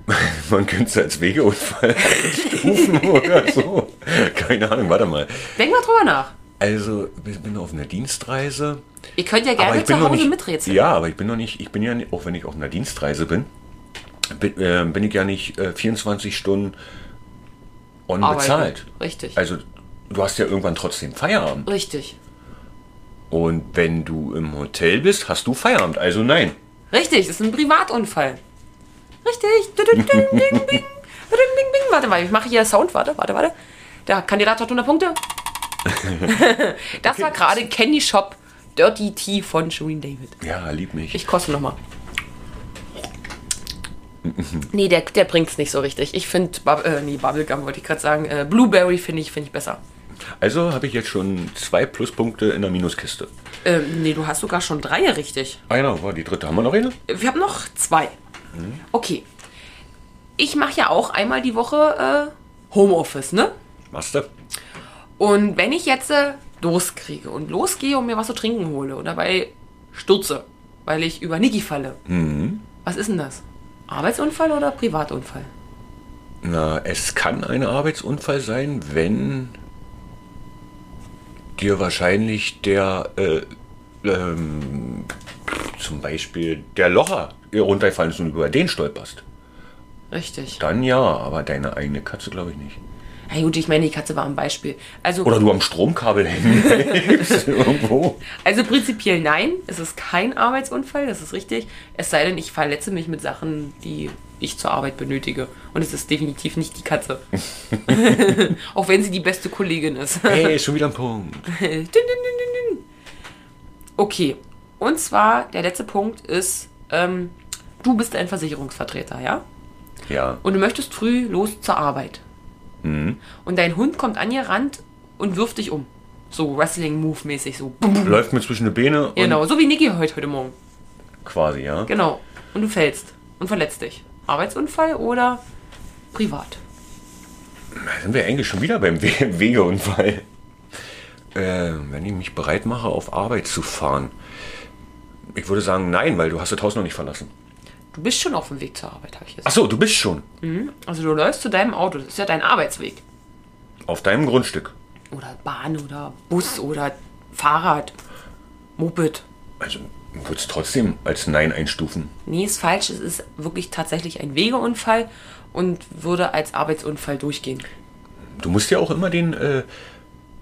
Speaker 2: *laughs* man könnte es als Wegeunfall *laughs* stufen oder so. Keine Ahnung, warte mal.
Speaker 1: Denk mal drüber nach.
Speaker 2: Also, ich bin auf einer Dienstreise.
Speaker 1: Ihr könnt ja gerne zu Hause miträtseln.
Speaker 2: Ja, aber ich bin noch nicht, ich bin ja, nicht- auch wenn ich auf einer Dienstreise bin, bin, äh, bin ich ja nicht äh, 24 Stunden on
Speaker 1: Arbeiten.
Speaker 2: bezahlt.
Speaker 1: Richtig.
Speaker 2: Also, du hast ja irgendwann trotzdem Feierabend.
Speaker 1: Richtig.
Speaker 2: Und wenn du im Hotel bist, hast du Feierabend. Also nein.
Speaker 1: Richtig, ist ein Privatunfall. Richtig. Du, du, ding, ding, bing. Du, ding, bing, bing. Warte mal, ich mache hier Sound. Warte, warte, warte. Der Kandidat hat 100 Punkte. Das war gerade Candy Shop Dirty Tea von Shereen David.
Speaker 2: Ja, lieb mich.
Speaker 1: Ich koste nochmal. Nee, der, der bringt's nicht so richtig. Ich finde, Bub äh, nee, Bubblegum wollte ich gerade sagen. Äh, Blueberry finde ich, finde ich besser.
Speaker 2: Also habe ich jetzt schon zwei Pluspunkte in der Minuskiste.
Speaker 1: Ähm, nee, du hast sogar schon drei richtig.
Speaker 2: Ah genau, war die dritte. Haben wir noch eine?
Speaker 1: Wir haben noch zwei. Okay. Ich mache ja auch einmal die Woche äh, Homeoffice, ne?
Speaker 2: Master?
Speaker 1: Und wenn ich jetzt äh, loskriege und losgehe und mir was zu trinken hole und dabei stürze, weil ich über Niki falle.
Speaker 2: Mhm.
Speaker 1: Was ist denn das? Arbeitsunfall oder Privatunfall?
Speaker 2: Na, es kann ein Arbeitsunfall sein, wenn dir wahrscheinlich der, äh, ähm, zum Beispiel der Locher runtergefallen ist und über den stolperst.
Speaker 1: Richtig.
Speaker 2: Dann ja, aber deine eigene Katze glaube ich nicht.
Speaker 1: Na gut, ich meine, die Katze war ein Beispiel. Also,
Speaker 2: Oder du am Stromkabel *laughs* hängen bleibst irgendwo.
Speaker 1: also prinzipiell nein, es ist kein Arbeitsunfall, das ist richtig. Es sei denn, ich verletze mich mit Sachen, die ich zur Arbeit benötige. Und es ist definitiv nicht die Katze. *laughs* Auch wenn sie die beste Kollegin ist.
Speaker 2: Hey, ist schon wieder ein Punkt.
Speaker 1: Dün, dün, dün, dün, dün. Okay. Und zwar, der letzte Punkt ist, ähm, du bist ein Versicherungsvertreter, ja?
Speaker 2: Ja,
Speaker 1: Und du möchtest früh los zur Arbeit. Und dein Hund kommt angerannt und wirft dich um. So Wrestling-Move-mäßig, so. Bum, bum.
Speaker 2: läuft mir zwischen die Beine und
Speaker 1: Genau, so wie Niki heute, heute Morgen.
Speaker 2: quasi, ja.
Speaker 1: Genau. Und du fällst und verletzt dich. Arbeitsunfall oder privat?
Speaker 2: Da sind wir eigentlich schon wieder beim *laughs* We Wegeunfall. Ähm, wenn ich mich bereit mache, auf Arbeit zu fahren. Ich würde sagen, nein, weil du hast das Haus noch nicht verlassen.
Speaker 1: Du bist schon auf dem Weg zur Arbeit, habe ich gesagt.
Speaker 2: Ach so, du bist schon.
Speaker 1: Also du läufst zu deinem Auto, das ist ja dein Arbeitsweg.
Speaker 2: Auf deinem Grundstück.
Speaker 1: Oder Bahn oder Bus oder Fahrrad, Moped.
Speaker 2: Also, du würdest trotzdem als Nein einstufen.
Speaker 1: Nee, ist falsch. Es ist wirklich tatsächlich ein Wegeunfall und würde als Arbeitsunfall durchgehen.
Speaker 2: Du musst ja auch immer den äh,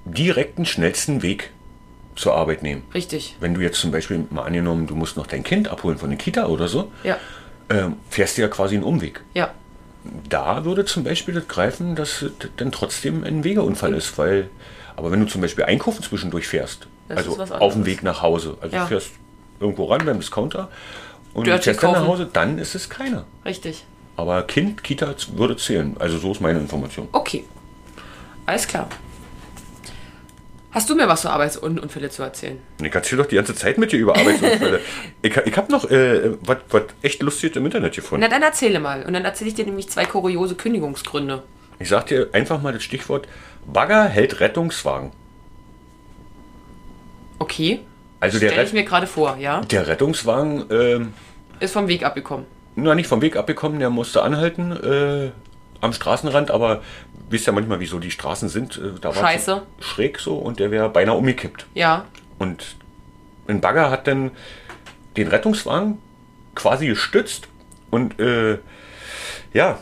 Speaker 2: direkten, schnellsten Weg zur Arbeit nehmen.
Speaker 1: Richtig.
Speaker 2: Wenn du jetzt zum Beispiel mal angenommen, du musst noch dein Kind abholen von der Kita oder so,
Speaker 1: Ja.
Speaker 2: ähm, fährst du ja quasi einen Umweg.
Speaker 1: Ja.
Speaker 2: da würde zum Beispiel das greifen, dass es dann trotzdem ein
Speaker 1: Mhm.
Speaker 2: Wegeunfall ist, weil, aber wenn du zum Beispiel einkaufen zwischendurch fährst,
Speaker 1: Das ist
Speaker 2: also
Speaker 1: was
Speaker 2: auf dem
Speaker 1: anderes.
Speaker 2: Weg nach Hause, also
Speaker 1: Ja.
Speaker 2: du fährst irgendwo ran beim Discounter und
Speaker 1: Dirty
Speaker 2: fährst dann nach
Speaker 1: kaufen.
Speaker 2: Hause, dann ist es keiner.
Speaker 1: Richtig.
Speaker 2: Aber Kind, Kita z- würde zählen. Also so ist meine Information.
Speaker 1: Okay. Alles klar. Hast du mir was zu Arbeitsunfälle zu erzählen?
Speaker 2: Und ich erzähle doch die ganze Zeit mit dir
Speaker 1: *laughs*
Speaker 2: über Arbeitsunfälle. ich ha- ich habe noch äh, was was echt Lustiges im Internet gefunden.
Speaker 1: Na, dann erzähle mal. Und dann erzähle ich dir nämlich zwei kuriose Kündigungsgründe.
Speaker 2: Ich sag dir einfach mal das Stichwort Bagger hält Rettungswagen.
Speaker 1: Okay.
Speaker 2: Also der,
Speaker 1: Stelle ich
Speaker 2: Rett
Speaker 1: mir gerade vor, ja?
Speaker 2: der Rettungswagen ähm,
Speaker 1: Ist vom Weg abgekommen.
Speaker 2: Na, nicht vom Weg abgekommen, der musste anhalten äh, am Straßenrand, aber wisst ja manchmal, wieso die Straßen sind. Äh, da
Speaker 1: Scheiße.
Speaker 2: War so schräg so und der wäre beinahe umgekippt.
Speaker 1: Ja.
Speaker 2: Und ein Bagger hat dann den Rettungswagen quasi gestützt und äh, ja,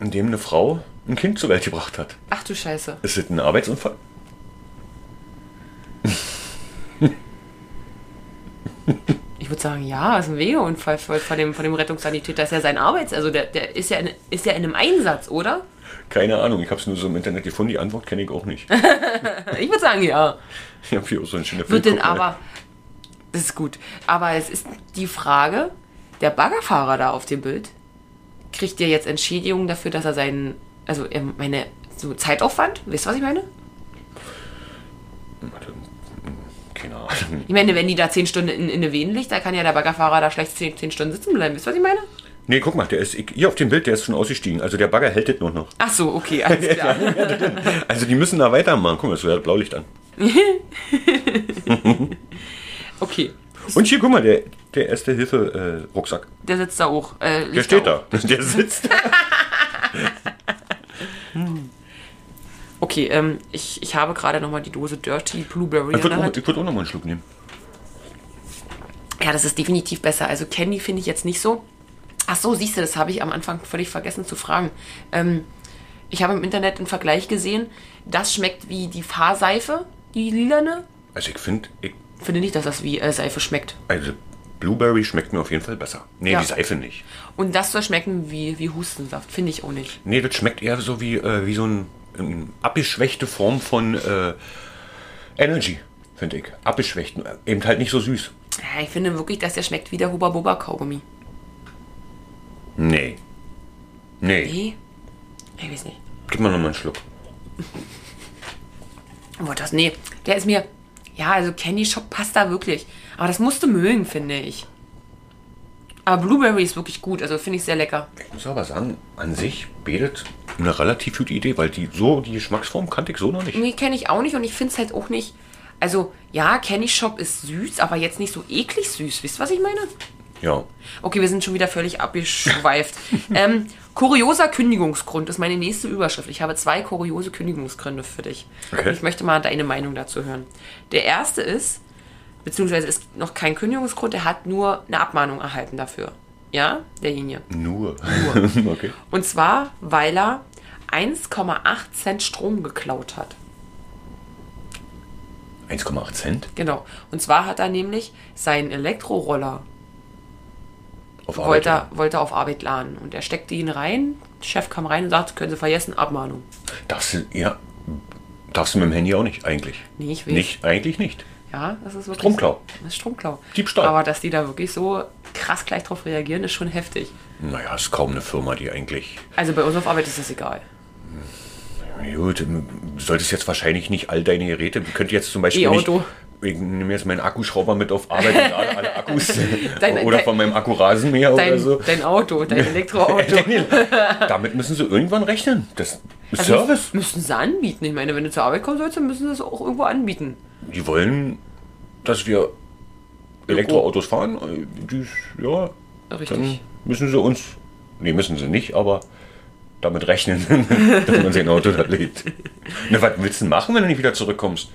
Speaker 2: indem eine Frau ein Kind zur Welt gebracht hat.
Speaker 1: Ach du Scheiße.
Speaker 2: Ist das ein Arbeitsunfall?
Speaker 1: Ich würde sagen, ja, ist ein Wegeunfall von von dem, von dem Rettungssanitäter. Das ist ja sein Arbeits-, also der, der ist, ja in, ist ja in einem Einsatz, oder?
Speaker 2: Keine Ahnung, ich habe es nur so im Internet gefunden, die Antwort kenne ich auch nicht. *laughs*
Speaker 1: Ich würde sagen, ja.
Speaker 2: Ich habe hier auch so eine schöne
Speaker 1: Wird denn
Speaker 2: Guck mal.
Speaker 1: aber, Das ist gut. Aber es ist die Frage, der Baggerfahrer da auf dem Bild, kriegt der jetzt Entschädigung dafür, dass er seinen, also ähm, meine, so Zeitaufwand, wisst ihr, was ich meine?
Speaker 2: Warte, hm, Keine Ahnung.
Speaker 1: Ich meine, wenn die da zehn Stunden in, in eine Wehen liegt, da kann ja der Baggerfahrer da schlecht zehn, zehn Stunden sitzen bleiben, wisst ihr, was ich meine?
Speaker 2: Nee, guck mal, der ist hier auf dem Bild, der ist schon ausgestiegen. Also der Bagger hält das nur noch.
Speaker 1: Ach so, okay, alles
Speaker 2: *laughs*
Speaker 1: klar.
Speaker 2: Also die müssen da weitermachen. Guck mal, es wird Blaulicht an.
Speaker 1: Okay,
Speaker 2: Und hier, guck mal, der, der erste Hilfe-Rucksack.
Speaker 1: der sitzt da auch. Äh,
Speaker 2: der steht da. *laughs* Der sitzt da.
Speaker 1: Okay, ähm, ich, ich habe gerade nochmal die Dose Dirty Blueberry.
Speaker 2: Ich
Speaker 1: in der
Speaker 2: würde auch,
Speaker 1: Hand.
Speaker 2: ich würd auch noch mal einen Schluck nehmen.
Speaker 1: Ja, das ist definitiv besser. Also Candy finde ich jetzt nicht so. Ach so, siehst du, das habe ich am Anfang völlig vergessen zu fragen. Ähm, ich habe im Internet einen Vergleich gesehen. Das schmeckt wie die Fahrseife, die lilane.
Speaker 2: Also ich finde, ich,
Speaker 1: Finde nicht, dass das wie äh, Seife schmeckt.
Speaker 2: also Blueberry schmeckt mir auf jeden Fall besser. Nee,
Speaker 1: Ja.
Speaker 2: die Seife nicht.
Speaker 1: Und das soll schmecken wie, wie Hustensaft. Finde ich auch nicht.
Speaker 2: Nee, das schmeckt eher so wie, äh, wie so ein, ähm, abgeschwächte Form von äh, Energy, finde ich. Abgeschwächt. Eben halt nicht so süß.
Speaker 1: Ja, Äh, ich finde wirklich, dass der schmeckt wie der Huba Boba Kaugummi.
Speaker 2: Nee. Nee.
Speaker 1: Nee? Ich weiß nicht.
Speaker 2: Gib mal nochmal einen Schluck.
Speaker 1: Oh, das, nee. Der ist mir. Ja, also Candy Shop passt da wirklich. Aber das musst du mögen, finde ich. Aber Blueberry ist wirklich gut, also finde ich sehr lecker.
Speaker 2: Ich muss aber sagen, an sich bietet eine relativ gute Idee, weil die so die Geschmacksform kannte ich so noch nicht.
Speaker 1: Nee, kenne ich auch nicht und ich finde es halt auch nicht. Also, ja, Candy Shop ist süß, aber jetzt nicht so eklig süß. Wisst ihr, was ich meine?
Speaker 2: Ja.
Speaker 1: Okay, wir sind schon wieder völlig abgeschweift. ähm, kurioser Kündigungsgrund ist meine nächste Überschrift. Ich habe zwei kuriose Kündigungsgründe für dich.
Speaker 2: Okay.
Speaker 1: Und Ich möchte mal deine Meinung dazu hören. Der erste ist, beziehungsweise ist noch kein Kündigungsgrund, er hat nur eine Abmahnung erhalten dafür. Ja, derjenige.
Speaker 2: Nur. *laughs* okay.
Speaker 1: Und zwar, weil er 1,8 Cent Strom geklaut hat.
Speaker 2: 1,8 Cent
Speaker 1: Genau. Und zwar hat er nämlich seinen Elektroroller
Speaker 2: auf
Speaker 1: wollte
Speaker 2: Arbeit.
Speaker 1: er, wollte er auf Arbeit laden. Und er steckte ihn rein. Der Chef kam rein und sagte, können Sie vergessen, Abmahnung.
Speaker 2: Darfst du, ja, darfst du mit dem Handy auch nicht, eigentlich.
Speaker 1: Nee, ich will.
Speaker 2: Nicht, eigentlich nicht.
Speaker 1: Ja, das ist wirklich.
Speaker 2: Stromklau.
Speaker 1: Das ist Stromklau.
Speaker 2: Diebstahl.
Speaker 1: Aber dass die da wirklich so krass gleich drauf reagieren, ist schon heftig.
Speaker 2: Naja, ist kaum eine Firma, die eigentlich.
Speaker 1: Also bei uns auf Arbeit ist das egal.
Speaker 2: Gut, du solltest jetzt wahrscheinlich nicht all deine Geräte. Könnt jetzt zum Beispiel.
Speaker 1: E-Auto.
Speaker 2: Nicht, ich nehme jetzt meinen Akkuschrauber mit auf Arbeit und lade alle Akkus.
Speaker 1: *laughs* Dein-
Speaker 2: oder
Speaker 1: dein-
Speaker 2: von meinem Akkurasenmäher oder
Speaker 1: Dein,
Speaker 2: so.
Speaker 1: dein Auto,
Speaker 2: *laughs*
Speaker 1: dein Elektroauto. *laughs*
Speaker 2: Daniel, damit müssen sie irgendwann rechnen. Das ist
Speaker 1: Also
Speaker 2: Service.
Speaker 1: Müssen sie anbieten. Ich meine, wenn du zur Arbeit kommen sollst, dann müssen sie es auch irgendwo anbieten.
Speaker 2: Die wollen, dass wir Elektroautos fahren. äh, Die, ja,
Speaker 1: Richtig.
Speaker 2: dann müssen sie uns. Nee, müssen sie nicht, aber damit rechnen, *laughs* dass man sein Auto da lädt. Na, was willst du denn machen, wenn du nicht wieder zurückkommst?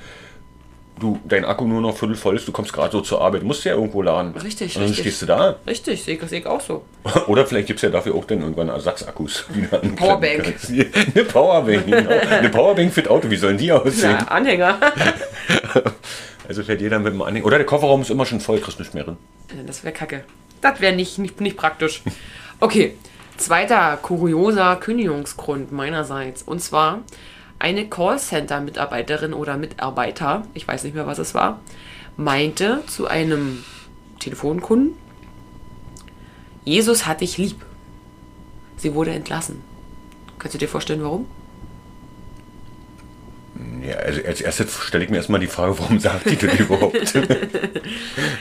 Speaker 2: Du, dein Akku nur noch viertel voll ist, du kommst gerade so zur Arbeit, musst ja irgendwo laden.
Speaker 1: Richtig,
Speaker 2: Und dann
Speaker 1: richtig.
Speaker 2: stehst du da.
Speaker 1: Richtig, sehe ich, sehe ich auch so.
Speaker 2: *laughs* Oder vielleicht gibt es ja dafür auch dann irgendwann Ersatzakkus. *laughs* die du anklemmen
Speaker 1: Powerbank.
Speaker 2: kannst. Eine
Speaker 1: *laughs*
Speaker 2: Powerbank, genau. Eine Powerbank für das Auto, wie sollen die aussehen?
Speaker 1: Na, Anhänger.
Speaker 2: Also fährt jeder mit dem Anhänger. Oder der Kofferraum ist immer schon voll, kriegst nicht mehr drin.
Speaker 1: Ja, Äh, Das wäre kacke. Das wäre nicht, nicht, nicht praktisch. Okay, zweiter kurioser Kündigungsgrund meinerseits. Und zwar eine Callcenter-Mitarbeiterin oder Mitarbeiter, ich weiß nicht mehr, was es war, meinte zu einem Telefonkunden, Jesus hat dich lieb. Sie wurde entlassen. Kannst du dir vorstellen, warum?
Speaker 2: Ja, also als erstes stelle ich mir erstmal die Frage, warum sagt die
Speaker 1: *laughs*
Speaker 2: das überhaupt?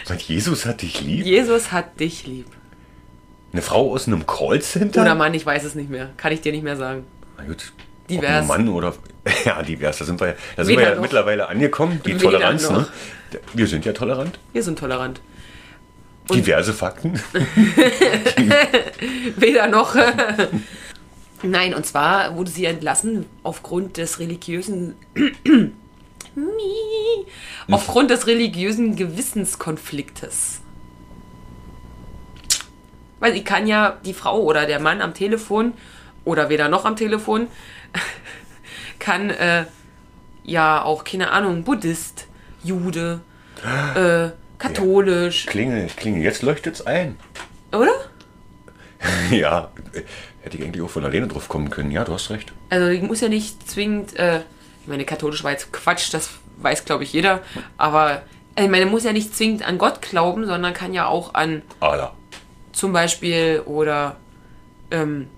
Speaker 2: Sagt, Jesus hat dich lieb?
Speaker 1: Jesus hat dich lieb.
Speaker 2: Eine Frau aus einem Callcenter?
Speaker 1: Oder Mann, ich weiß es nicht mehr. Kann ich dir nicht mehr sagen.
Speaker 2: Na gut.
Speaker 1: Divers.
Speaker 2: Ob ein Mann oder. *laughs* Ja, divers. Da sind wir, da sind
Speaker 1: Weder
Speaker 2: wir ja
Speaker 1: noch.
Speaker 2: mittlerweile angekommen. Die
Speaker 1: Weder
Speaker 2: Toleranz,
Speaker 1: noch.
Speaker 2: ne? Wir sind ja tolerant.
Speaker 1: Wir sind tolerant. *laughs*
Speaker 2: Diverse Fakten.
Speaker 1: Weder noch. *laughs* Nein, und zwar wurde sie entlassen aufgrund des religiösen. *clears throat* Mie. aufgrund des religiösen Gewissenskonfliktes. Weil sie kann ja die Frau oder der Mann am Telefon oder weder noch am Telefon *laughs* kann äh, ja auch, keine Ahnung, Buddhist, Jude, äh, katholisch,
Speaker 2: Klingel, klingel. Jetzt leuchtet's ein.
Speaker 1: oder?
Speaker 2: *laughs* Ja, äh, hätte ich eigentlich auch von alleine drauf kommen können. Ja, du hast recht.
Speaker 1: Also ich muss ja nicht zwingend, äh, ich meine, katholisch war jetzt Quatsch, das weiß glaube ich jeder, aber Also ich meine, man muss ja nicht zwingend an Gott glauben, sondern kann ja auch an
Speaker 2: Allah.
Speaker 1: zum Beispiel oder ähm,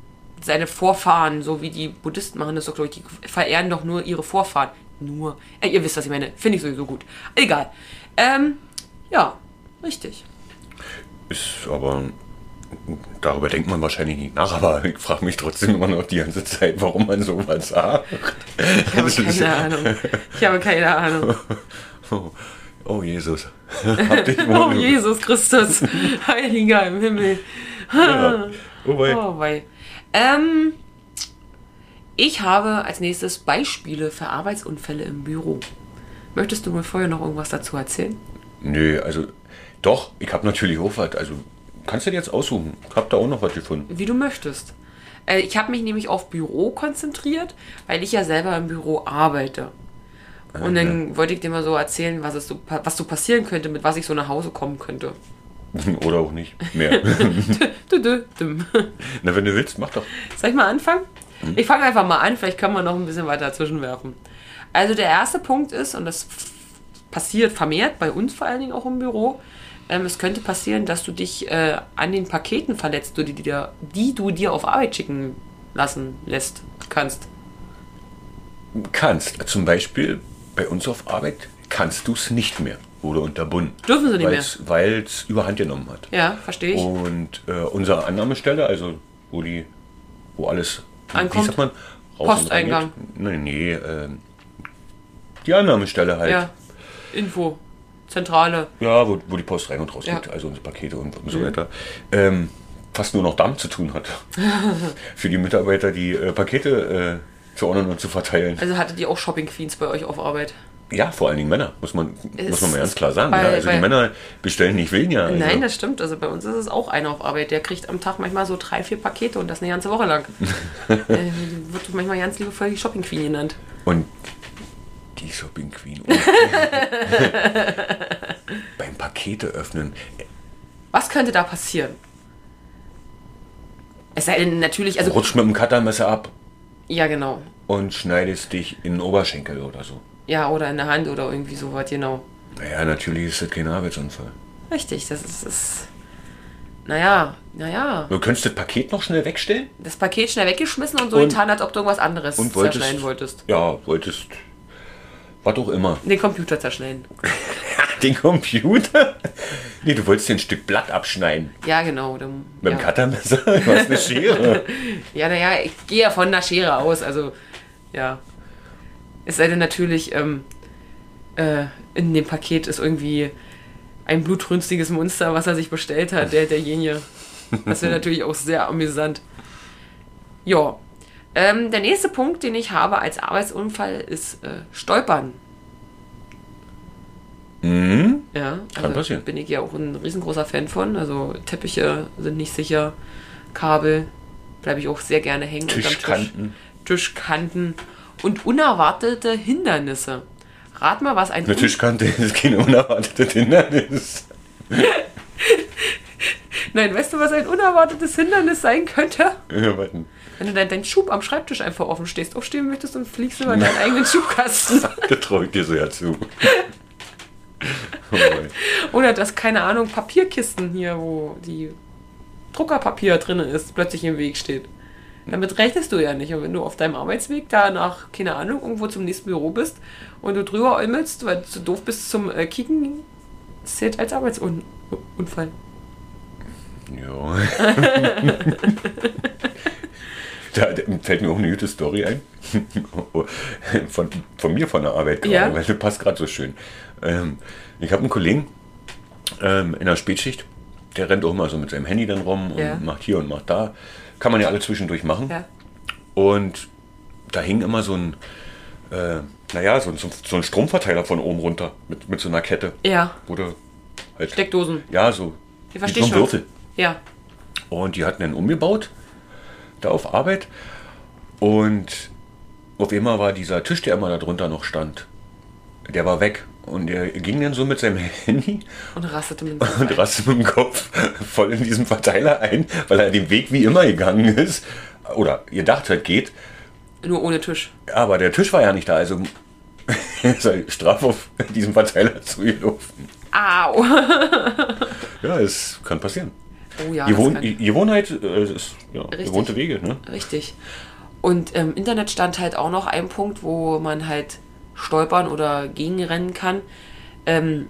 Speaker 1: seine Vorfahren, so wie die Buddhisten machen das doch, glaube ich, die verehren doch nur ihre Vorfahren. Nur. Äh, ihr wisst, was ich meine. Finde ich sowieso gut. Egal. Ähm, ja, richtig.
Speaker 2: Ist aber. Darüber denkt man wahrscheinlich nicht nach, aber ich frage mich trotzdem immer noch die ganze Zeit, warum man sowas sagt.
Speaker 1: Ich habe
Speaker 2: *laughs*
Speaker 1: keine Ahnung. Ich habe keine Ahnung.
Speaker 2: Oh,
Speaker 1: *laughs*
Speaker 2: oh Jesus. Hab dich wohl.
Speaker 1: Oh, Jesus Christus, Heiliger im Himmel.
Speaker 2: Ja. Oh, wei.
Speaker 1: Oh, wei. Ähm, ich habe als nächstes Beispiele für Arbeitsunfälle im Büro. Möchtest du mir vorher noch irgendwas dazu erzählen?
Speaker 2: Nö, also doch, ich habe natürlich auch was. Also kannst du dir jetzt aussuchen. Ich habe da auch noch was gefunden. *laughs*
Speaker 1: Wie du möchtest. Äh, ich habe mich nämlich auf Büro konzentriert, weil ich ja selber im Büro arbeite. Und dann wollte ich dir mal so erzählen, was, es so, pa- was so passieren könnte, mit was ich so nach Hause kommen könnte. *laughs*
Speaker 2: Oder auch nicht. Mehr.
Speaker 1: Dü, dü, düm.
Speaker 2: Na, wenn du willst, mach doch.
Speaker 1: Soll ich mal anfangen? Ich fange einfach mal an, vielleicht können wir noch ein bisschen weiter dazwischen werfen. Also der erste Punkt ist, und das f- passiert vermehrt, bei uns vor allen Dingen auch im Büro, ähm, es könnte passieren, dass du dich äh, an den Paketen verletzt, du, die, die, dir- die du dir auf Arbeit schicken lassen lässt, kannst.
Speaker 2: Kannst. Zum Beispiel bei uns auf Arbeit kannst du es nicht mehr. Wurde unterbunden.
Speaker 1: Dürfen sie nicht
Speaker 2: Weil es überhand genommen hat.
Speaker 1: Ja, verstehe ich.
Speaker 2: Und äh, unsere Annahmestelle, also wo die, wo alles
Speaker 1: Ankommt?
Speaker 2: wie sagt man, raus
Speaker 1: Posteingang.
Speaker 2: Und reingeht. nee, nee, ähm, die Annahmestelle halt.
Speaker 1: Ja, Info, Zentrale.
Speaker 2: Ja, wo, wo die Post rein und raus
Speaker 1: Ja. Mhm.
Speaker 2: geht, also unsere Pakete und, und so weiter. Ähm, fast nur noch damit zu
Speaker 1: *laughs*
Speaker 2: tun hat. Für die Mitarbeiter die äh, Pakete äh, zu ordnen und zu verteilen.
Speaker 1: Also hattet ihr auch Shopping Queens bei euch auf Arbeit?
Speaker 2: Ja, vor allen Dingen Männer, muss man, muss man mal ganz
Speaker 1: ist
Speaker 2: klar sagen.
Speaker 1: bei-
Speaker 2: ja, also
Speaker 1: bei-
Speaker 2: die Männer bestellen nicht weniger. Also.
Speaker 1: Nein, das stimmt. Also bei uns ist es auch einer auf Arbeit. Der kriegt am Tag manchmal so drei, vier Pakete und das eine ganze Woche
Speaker 2: *laughs*
Speaker 1: lang. äh, wird manchmal ganz liebevoll die Shopping Queen genannt.
Speaker 2: Und die Shopping
Speaker 1: *laughs*
Speaker 2: Queen. Und beim Pakete öffnen.
Speaker 1: Was könnte da passieren? Es sei denn natürlich, also
Speaker 2: Rutsch mit dem Cuttermesser ab
Speaker 1: ja genau,
Speaker 2: und schneidest dich in den Oberschenkel oder so.
Speaker 1: ja oder in der Hand oder irgendwie sowas genau.
Speaker 2: Naja, natürlich ist das kein Arbeitsunfall.
Speaker 1: Richtig, das ist, ist naja, naja,
Speaker 2: Du könntest das Paket noch schnell wegstellen
Speaker 1: das Paket schnell weggeschmissen und so
Speaker 2: Und-
Speaker 1: getan, als ob du irgendwas anderes
Speaker 2: und wolltest.
Speaker 1: zerschneiden wolltest.
Speaker 2: Ja, wolltest. Was auch immer. *laughs*
Speaker 1: Den Computer zerschneiden.
Speaker 2: Den Computer? Nee, du wolltest dir ein Stück Blatt abschneiden.
Speaker 1: Ja genau. Dann,
Speaker 2: Mit dem
Speaker 1: ja.
Speaker 2: Cuttermesser? *laughs* Du hast eine Schere.
Speaker 1: Ja, naja, ich gehe ja von der Schere aus, also ja. Es sei denn natürlich, ähm, äh, in dem Paket ist irgendwie ein blutrünstiges Monster, was er sich bestellt hat, der derjenige. Das wäre natürlich auch sehr amüsant. Ja. Ähm, der nächste Punkt, den ich habe als Arbeitsunfall, ist äh, Stolpern.
Speaker 2: Mhm.
Speaker 1: Ja, also
Speaker 2: passieren.
Speaker 1: bin ich ja auch ein riesengroßer Fan von. Also Teppiche sind nicht sicher, Kabel bleibe ich auch sehr gerne hängen. unterm
Speaker 2: Tischkanten.
Speaker 1: Tisch, Tischkanten und unerwartete Hindernisse. Rat mal, was ein
Speaker 2: Eine Tischkante ist kein *laughs* unerwartetes Hindernis.
Speaker 1: Un Nein, weißt du, was ein unerwartetes Hindernis sein könnte?
Speaker 2: Ja, warten.
Speaker 1: Wenn du deinen dein Schub am Schreibtisch einfach offen stehst, aufstehen möchtest und fliegst über deinen eigenen Schubkasten.
Speaker 2: Da traue ich dir so ja zu. Oh boy.
Speaker 1: Oder dass, keine Ahnung, Papierkisten hier, wo die Druckerpapier drin ist, plötzlich im Weg steht. Damit rechnest du ja nicht. Und wenn du auf deinem Arbeitsweg da nach, keine Ahnung, irgendwo zum nächsten Büro bist und du drüber äumelst, weil du zu doof bist zum äh, Kicken, zählt als Arbeitsunfall.
Speaker 2: Ja. *laughs* Da da fällt mir auch eine gute Story ein. *laughs* Von, von mir von der Arbeit gerade,
Speaker 1: Ja.
Speaker 2: weil das passt gerade so schön. Ähm, ich habe einen Kollegen ähm, in der Spätschicht, der rennt auch immer so mit seinem Handy dann rum und
Speaker 1: Ja.
Speaker 2: macht hier und macht da. Kann man ja alle zwischendurch machen.
Speaker 1: Ja.
Speaker 2: Und da hing immer so ein, äh, naja, so, ein- so, ein- so ein Stromverteiler von oben runter mit, mit so einer Kette.
Speaker 1: Ja.
Speaker 2: Oder halt,
Speaker 1: Steckdosen.
Speaker 2: ja, so.
Speaker 1: Ich
Speaker 2: wie
Speaker 1: verstehe
Speaker 2: so ein
Speaker 1: schon.
Speaker 2: Würfel.
Speaker 1: Ja.
Speaker 2: Und die hatten einen umgebaut, da auf Arbeit. Und auf einmal war dieser Tisch, der immer da drunter noch stand, der war weg. Und er ging dann so mit seinem Handy
Speaker 1: Und rastete mit
Speaker 2: und rastet mit dem Kopf voll in diesen Verteiler ein, weil er den Weg wie immer gegangen ist. Oder gedacht hat, geht.
Speaker 1: Nur ohne Tisch.
Speaker 2: Aber der Tisch war ja nicht da, also *laughs* ist halt straff auf diesem Verteiler zugelaufen.
Speaker 1: Au.
Speaker 2: Ja, es kann passieren.
Speaker 1: Oh ja,
Speaker 2: Ihr
Speaker 1: das
Speaker 2: Wohn-
Speaker 1: kann-
Speaker 2: ihr Gewohnheit äh, es ist ja, gewohnte Wege, ne?
Speaker 1: Richtig. Und im Internet stand halt auch noch ein Punkt, wo man halt stolpern oder gegenrennen kann. Ähm,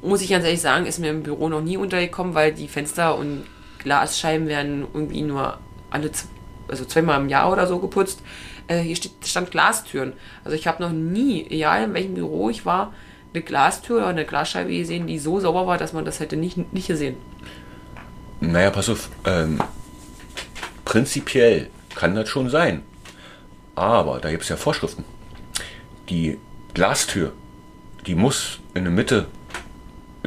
Speaker 1: muss ich ganz ehrlich sagen, ist mir im Büro noch nie untergekommen, weil die Fenster und Glasscheiben werden irgendwie nur alle, z- also zweimal im Jahr oder so geputzt. Äh, hier steht, stand Glastüren. Also ich habe noch nie, egal in welchem Büro ich war, eine Glastür oder eine Glasscheibe gesehen, die so sauber war, dass man das hätte nicht, nicht gesehen.
Speaker 2: Naja, pass auf. Ähm, prinzipiell kann das schon sein. Aber da gibt es ja Vorschriften. Die Glastür, die muss in der Mitte,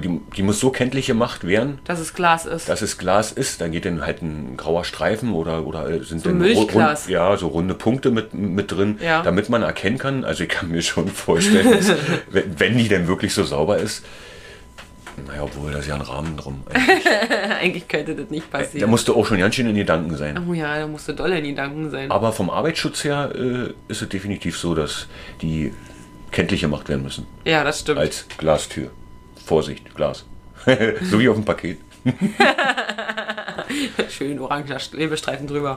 Speaker 2: die, die muss so kenntlich gemacht werden,
Speaker 1: Dass es Glas ist.
Speaker 2: dass es Glas ist. Dann geht dann halt ein grauer Streifen oder, oder äh, sind dann ru-
Speaker 1: Milchglas.
Speaker 2: rund- ja, so runde Punkte mit, mit drin,
Speaker 1: Ja.
Speaker 2: damit man erkennen kann. Also ich kann mir schon *laughs* vorstellen, dass, wenn, wenn die denn wirklich so sauber ist. Naja, obwohl, da ist ja ein
Speaker 1: *laughs*
Speaker 2: Rahmen drum.
Speaker 1: *laughs* Eigentlich könnte das nicht
Speaker 2: Da
Speaker 1: passieren.
Speaker 2: musst du auch schon ganz schön in Gedanken sein.
Speaker 1: Oh ja, da musst du doll in die Gedanken sein.
Speaker 2: Aber vom Arbeitsschutz her äh, ist es definitiv so, dass die kenntlich gemacht werden müssen.
Speaker 1: Ja, das stimmt.
Speaker 2: Als Glastür. Vorsicht, Glas. *laughs* so wie auf dem Paket.
Speaker 1: *laughs* Schön oranger Klebestreifen drüber.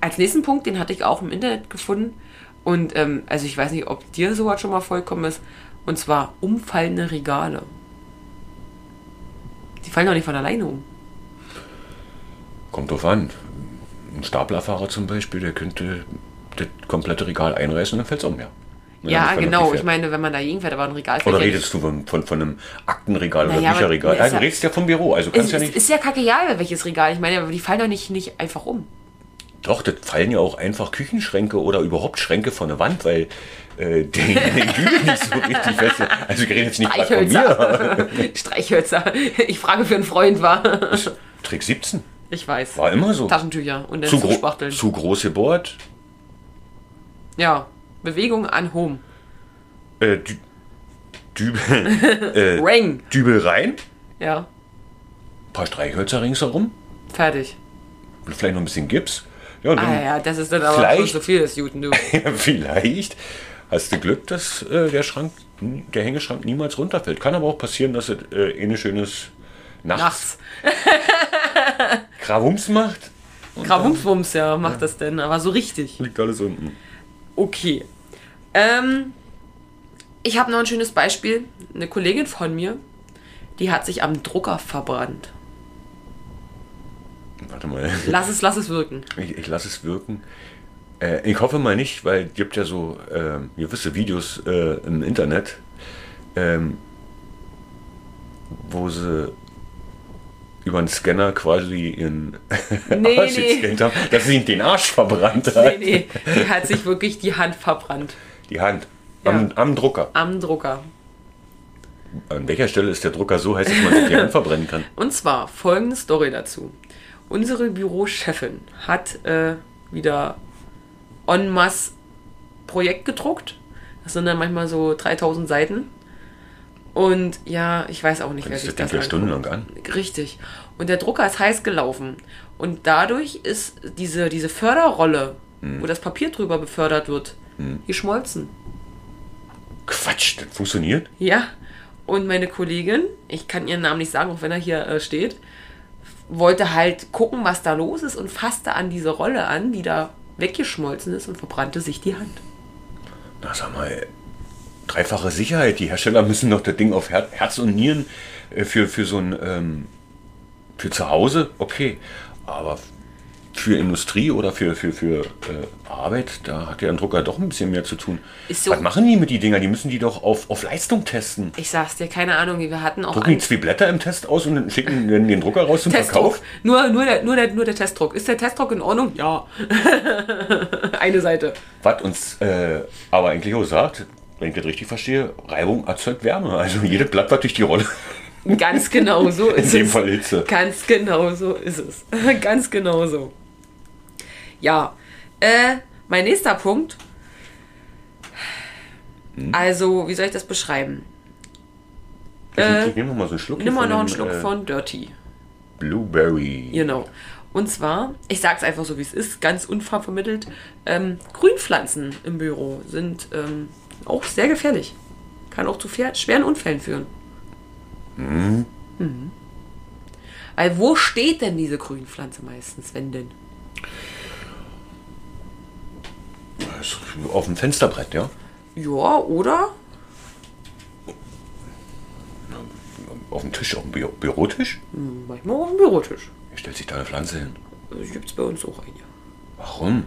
Speaker 1: Als nächsten Punkt, den hatte ich auch im Internet gefunden. Und ähm, also ich weiß nicht, ob dir sowas schon mal vollkommen ist. Und zwar umfallende Regale. Die fallen doch nicht von alleine um.
Speaker 2: Kommt drauf an. Ein Staplerfahrer zum Beispiel, der könnte das komplette Regal einreißen, dann fällt es um, ja. Wenn er
Speaker 1: Ja,
Speaker 2: nicht vernünftig
Speaker 1: genau.
Speaker 2: fährt.
Speaker 1: Ich meine, wenn man da irgendwer, da war ein Regal.
Speaker 2: oder
Speaker 1: fällt ja
Speaker 2: redest du von, von, von einem Aktenregal oder
Speaker 1: Naja, aber mir
Speaker 2: Bücherregal?
Speaker 1: ist
Speaker 2: Ja, du
Speaker 1: ja-
Speaker 2: redest ja vom Büro, also
Speaker 1: nicht-
Speaker 2: kannst
Speaker 1: es,
Speaker 2: ja
Speaker 1: es
Speaker 2: nicht.
Speaker 1: ist ja kacke, egal welches Regal. Ich meine, aber die fallen doch nicht, nicht einfach um.
Speaker 2: Doch, das fallen ja auch einfach Küchenschränke oder überhaupt Schränke von der Wand, weil äh, die, *laughs* die Dübel nicht so richtig fest sind. Also ich rede jetzt nicht gerade von mir.
Speaker 1: Streichhölzer. *laughs* Streichhölzer. Ich frage für einen Freund, war.
Speaker 2: Trick 17.
Speaker 1: Ich weiß.
Speaker 2: War immer so.
Speaker 1: Taschentücher und dann
Speaker 2: Zu,
Speaker 1: zu
Speaker 2: gro
Speaker 1: Spachteln.
Speaker 2: zu groß gebohrt.
Speaker 1: Ja. Bewegung an Home.
Speaker 2: Äh, Dü Dübel, *laughs*
Speaker 1: Ring.
Speaker 2: Dübel rein.
Speaker 1: Ja.
Speaker 2: Ein paar Streichhölzer ringsherum.
Speaker 1: Fertig.
Speaker 2: Vielleicht noch ein bisschen Gips. Ja, und
Speaker 1: Ah
Speaker 2: *laughs* dann
Speaker 1: ja, das ist dann aber
Speaker 2: Vielleicht-
Speaker 1: schon so viel des Juten,
Speaker 2: *laughs*
Speaker 1: du.
Speaker 2: vielleicht hast du Glück, dass äh, der Schrank, der Hängeschrank niemals runterfällt. Kann aber auch passieren, dass es äh, eh eine schönes Nachts
Speaker 1: Nachts.
Speaker 2: Krawums macht.
Speaker 1: Krawumswums, ja, macht das denn, aber so richtig.
Speaker 2: Liegt alles unten.
Speaker 1: Okay. Ähm, ich habe noch ein schönes Beispiel. Eine Kollegin von mir, die hat sich am Drucker verbrannt.
Speaker 2: Warte mal. *laughs*
Speaker 1: Lass es, lass es wirken.
Speaker 2: Ich, ich lasse es wirken. Äh, ich hoffe mal nicht, weil es gibt ja so äh, gewisse Videos äh, im Internet, ähm, wo sie über einen Scanner quasi *laughs* ihren
Speaker 1: Nee,
Speaker 2: Arsch
Speaker 1: nee.
Speaker 2: gescannt haben, dass sie den Arsch verbrannt hat.
Speaker 1: Nee, nee, die hat sich wirklich die Hand verbrannt.
Speaker 2: Die Hand. Am,
Speaker 1: Ja.
Speaker 2: am Drucker.
Speaker 1: Am Drucker.
Speaker 2: An welcher Stelle ist der Drucker so heiß, dass man sich die Hand verbrennen
Speaker 1: *laughs*
Speaker 2: kann?
Speaker 1: Und zwar folgende Story dazu. Unsere Bürochefin hat äh, wieder en masse Projekt gedruckt. Das sind dann manchmal so 3000 Seiten. Und ja, ich weiß auch nicht,
Speaker 2: Das
Speaker 1: sich
Speaker 2: Ding ja
Speaker 1: anguckt.
Speaker 2: stundenlang an.
Speaker 1: Richtig. Und der Drucker ist heiß gelaufen. Und dadurch ist diese, diese Förderrolle, wo das Papier drüber befördert wird, geschmolzen.
Speaker 2: Quatsch, das funktioniert?
Speaker 1: Ja, und meine Kollegin, ich kann ihren Namen nicht sagen, auch wenn er hier äh, steht, wollte halt gucken, was da los ist und fasste an diese Rolle an, die da weggeschmolzen ist und verbrannte sich die Hand.
Speaker 2: Na sag mal, dreifache Sicherheit. Die Hersteller müssen doch das Ding auf Her Herz und Nieren äh, für, für so ein ähm, für zu Hause, okay. Aber für Industrie oder für, für, für äh, Arbeit, da hat ja ein Drucker doch ein bisschen mehr zu tun.
Speaker 1: Ist so-
Speaker 2: Was machen die mit die Dinger? Die müssen die doch auf, auf Leistung testen.
Speaker 1: Ich sag's dir, keine Ahnung, wir hatten auch
Speaker 2: Drucken die
Speaker 1: einen
Speaker 2: zwei Blätter im Test aus und dann schicken den, den Drucker raus zum
Speaker 1: Testdruck.
Speaker 2: Verkauf?
Speaker 1: Nur, nur, der, nur, der, nur der Testdruck. Ist der Testdruck in Ordnung? Ja. *laughs* Eine Seite.
Speaker 2: Was uns äh, aber eigentlich auch sagt, wenn ich das richtig verstehe, Reibung erzeugt Wärme. Also *laughs* jedes Blatt, was durch die Rolle,
Speaker 1: Ganz genau so
Speaker 2: in
Speaker 1: ist
Speaker 2: dem
Speaker 1: es.
Speaker 2: Fall Hitze.
Speaker 1: Ganz genau so ist es. *laughs* Ganz genau so. Ja, äh, mein nächster Punkt.
Speaker 2: Hm?
Speaker 1: Also, wie soll ich das beschreiben?
Speaker 2: Ich nehme nochmal so einen Schluck.
Speaker 1: Äh, Nimm mal
Speaker 2: hier
Speaker 1: noch einen
Speaker 2: von
Speaker 1: Schluck
Speaker 2: dem, äh,
Speaker 1: von Dirty.
Speaker 2: Blueberry.
Speaker 1: Genau. Und zwar, ich sag's einfach so, wie es ist, ganz unvermittelt, ähm, Grünpflanzen im Büro sind ähm, Auch sehr gefährlich. Kann auch zu fair- schweren Unfällen führen. Mhm. Weil wo steht denn diese Grünpflanze meistens, wenn denn?
Speaker 2: Ist Also Auf dem Fensterbrett, ja.
Speaker 1: Ja, oder?
Speaker 2: Auf dem Tisch, auf dem Bü- Bürotisch.
Speaker 1: Hm, Manchmal auf dem Bürotisch.
Speaker 2: Hier stellt sich da eine Pflanze hin.
Speaker 1: Also gibt's bei uns auch eine.
Speaker 2: Warum?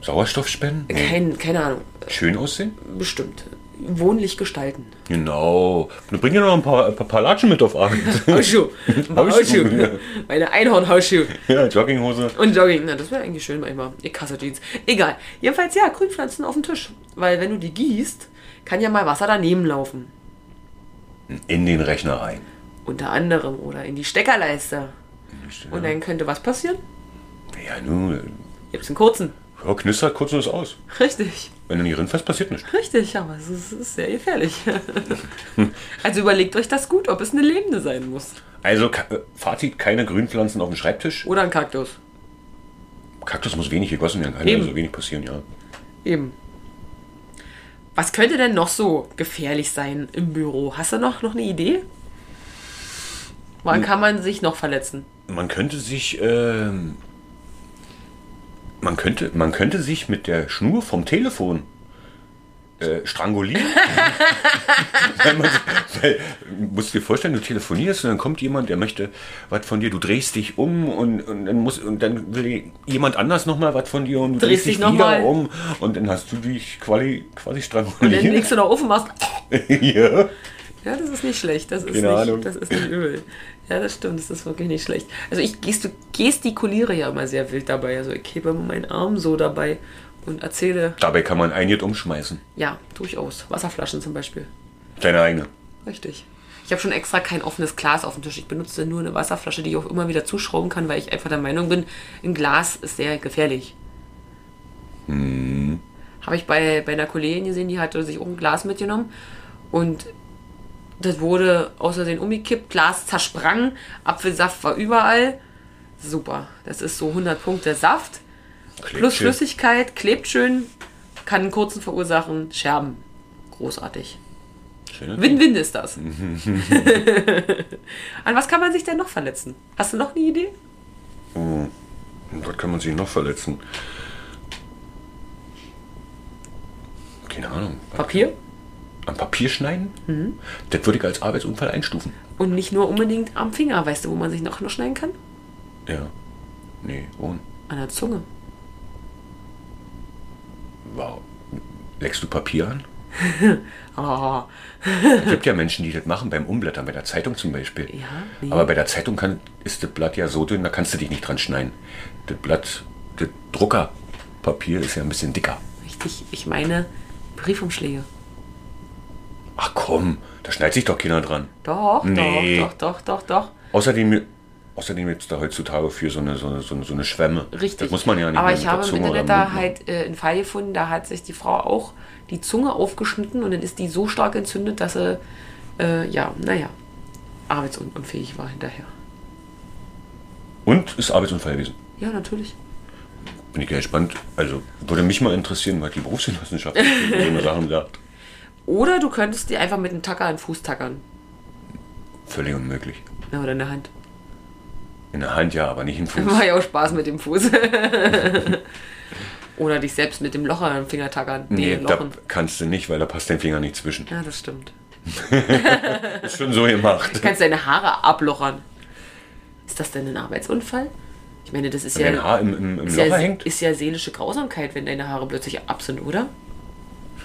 Speaker 2: Sauerstoff spenden? Nee.
Speaker 1: Kein, keine Ahnung.
Speaker 2: Schön aussehen?
Speaker 1: Bestimmt. Wohnlich gestalten.
Speaker 2: Genau. Du bringst ja noch ein paar, ein paar- paar Latschen mit
Speaker 1: *laughs*
Speaker 2: auf Arbeit.
Speaker 1: Hausschuh. Ein paar
Speaker 2: Hausschuhe,
Speaker 1: Hausschuhe. Meine Einhornhausschuhe.
Speaker 2: *laughs* ja, Jogginghose.
Speaker 1: Und Jogging. Na, das wäre eigentlich schön manchmal. Ich hasse Jeans. Egal. Jedenfalls, ja, Grünpflanzen auf dem Tisch. Weil wenn du die gießt, kann ja mal Wasser daneben laufen.
Speaker 2: In den Rechner rein.
Speaker 1: Unter anderem. Oder in die Steckerleiste. Und dann könnte was passieren?
Speaker 2: Ja, nun.
Speaker 1: Gibt's einen kurzen.
Speaker 2: Ja, knistert kurz und ist aus.
Speaker 1: Richtig.
Speaker 2: Wenn du nicht rennfest, passiert nichts.
Speaker 1: Richtig, aber es ist, es ist sehr gefährlich. also überlegt euch das gut, ob es eine lebende sein muss.
Speaker 2: Also, Ka- äh, Fazit: keine Grünpflanzen auf dem Schreibtisch.
Speaker 1: Oder ein Kaktus.
Speaker 2: Kaktus muss wenig gegossen werden, kann
Speaker 1: Eben.
Speaker 2: ja so wenig passieren, ja.
Speaker 1: Eben. Was könnte denn noch so gefährlich sein im Büro? Hast du noch, noch eine Idee? Wann kann man sich noch verletzen?
Speaker 2: Man könnte sich, ähm, man könnte, man könnte sich mit der Schnur vom Telefon äh, *laughs* strangulieren. Wenn man so- weil, du musst dir vorstellen, du telefonierst und dann kommt jemand, der möchte was von dir, du drehst dich um und, und dann muss und dann will jemand anders nochmal was von dir und du
Speaker 1: Drehst
Speaker 2: drehst,
Speaker 1: dich
Speaker 2: dich
Speaker 1: noch
Speaker 2: wieder
Speaker 1: mal.
Speaker 2: um und dann hast du dich quasi, quasi
Speaker 1: Und dann
Speaker 2: stranguliert.
Speaker 1: legst du noch offen machst.
Speaker 2: *laughs* ja.
Speaker 1: Ja, das ist nicht schlecht. Das ist,
Speaker 2: Keine Ahnung.
Speaker 1: nicht, das ist nicht übel. Ja, das stimmt. Das ist wirklich nicht schlecht. Also ich gestu- gestikuliere ja immer sehr wild dabei. Also ich hebe immer meinen Arm so dabei und erzähle.
Speaker 2: Dabei kann man einiges umschmeißen.
Speaker 1: Ja, durchaus. Wasserflaschen zum Beispiel.
Speaker 2: Deine eigene.
Speaker 1: Richtig. Ich habe schon extra kein offenes Glas auf dem Tisch. Ich benutze nur eine Wasserflasche, die ich auch immer wieder zuschrauben kann, weil ich einfach der Meinung bin, ein Glas ist sehr gefährlich. Habe ich bei, bei einer Kollegin gesehen, die hatte sich auch ein Glas mitgenommen und das wurde außersehen umgekippt, Glas zersprang, Apfelsaft war überall. Super, das ist so 100 Punkte Saft plus
Speaker 2: Klebchen.
Speaker 1: Flüssigkeit, klebt schön, kann einen kurzen verursachen, Scherben. Großartig.
Speaker 2: Schöne
Speaker 1: Win-Win ist
Speaker 2: *laughs*
Speaker 1: das. An was kann man sich denn noch verletzen? Hast du noch eine Idee?
Speaker 2: Und dort kann man sich noch verletzen. Keine Ahnung.
Speaker 1: Papier?
Speaker 2: Am Papier schneiden?
Speaker 1: Mhm.
Speaker 2: Das würde ich als Arbeitsunfall einstufen.
Speaker 1: Und nicht nur unbedingt am Finger. Weißt du, wo man sich noch, noch schneiden kann?
Speaker 2: Ja. Nee, ohne.
Speaker 1: An der Zunge.
Speaker 2: Wow. Leckst du Papier an?
Speaker 1: Ah,
Speaker 2: Es gibt ja Menschen, die das machen beim Umblättern, bei der Zeitung zum Beispiel.
Speaker 1: Ja, nee.
Speaker 2: Aber bei der Zeitung kann, ist das Blatt ja so dünn, da kannst du dich nicht dran schneiden. Das Blatt, das Druckerpapier ist ja ein bisschen dicker.
Speaker 1: richtig. Ich meine Briefumschläge.
Speaker 2: Ach komm, da schneidet sich doch keiner dran.
Speaker 1: Doch,
Speaker 2: Nee.
Speaker 1: doch, doch, doch, doch, doch.
Speaker 2: Außerdem, außerdem gibt es da heutzutage für so eine, so, eine, so, eine, so eine Schwemme.
Speaker 1: Richtig.
Speaker 2: Das muss man ja nicht
Speaker 1: Aber
Speaker 2: mehr
Speaker 1: ich
Speaker 2: mit der
Speaker 1: habe im
Speaker 2: Zunge oder
Speaker 1: Internet da
Speaker 2: Mund machen.
Speaker 1: halt äh, einen Fall gefunden, da hat sich die Frau auch die Zunge aufgeschnitten und dann ist die so stark entzündet, dass sie, äh, ja, naja, arbeitsunfähig war hinterher. halt
Speaker 2: Und ist Arbeitsunfall gewesen.
Speaker 1: Ja, natürlich.
Speaker 2: Bin ich ja gespannt. Also würde mich mal interessieren, was
Speaker 1: *laughs*
Speaker 2: die Berufswissenschaft so eine Sachen sagt.
Speaker 1: Oder du könntest dir einfach mit einem Tacker an den Fuß tackern.
Speaker 2: Völlig unmöglich.
Speaker 1: Na, oder in der Hand. *laughs*
Speaker 2: In der Hand ja, aber nicht im Fuß.
Speaker 1: War ja auch Spaß mit dem Fuß. *laughs* oder dich selbst mit dem Loch an den Finger tackern. Nee,
Speaker 2: Nee, da
Speaker 1: Lochen.
Speaker 2: kannst du nicht, weil da passt dein Finger nicht zwischen.
Speaker 1: Ja, das stimmt.
Speaker 2: Ist schon
Speaker 1: *laughs*
Speaker 2: so gemacht.
Speaker 1: Du kannst deine Haare ablochern. Ist das denn ein Arbeitsunfall? Ich meine, das ist
Speaker 2: Wenn dein
Speaker 1: ja,
Speaker 2: Haar im, im, im
Speaker 1: ist,
Speaker 2: Locher
Speaker 1: ja,
Speaker 2: hängt,
Speaker 1: ist ja seelische Grausamkeit, wenn deine Haare plötzlich ab sind, oder?
Speaker 2: *laughs*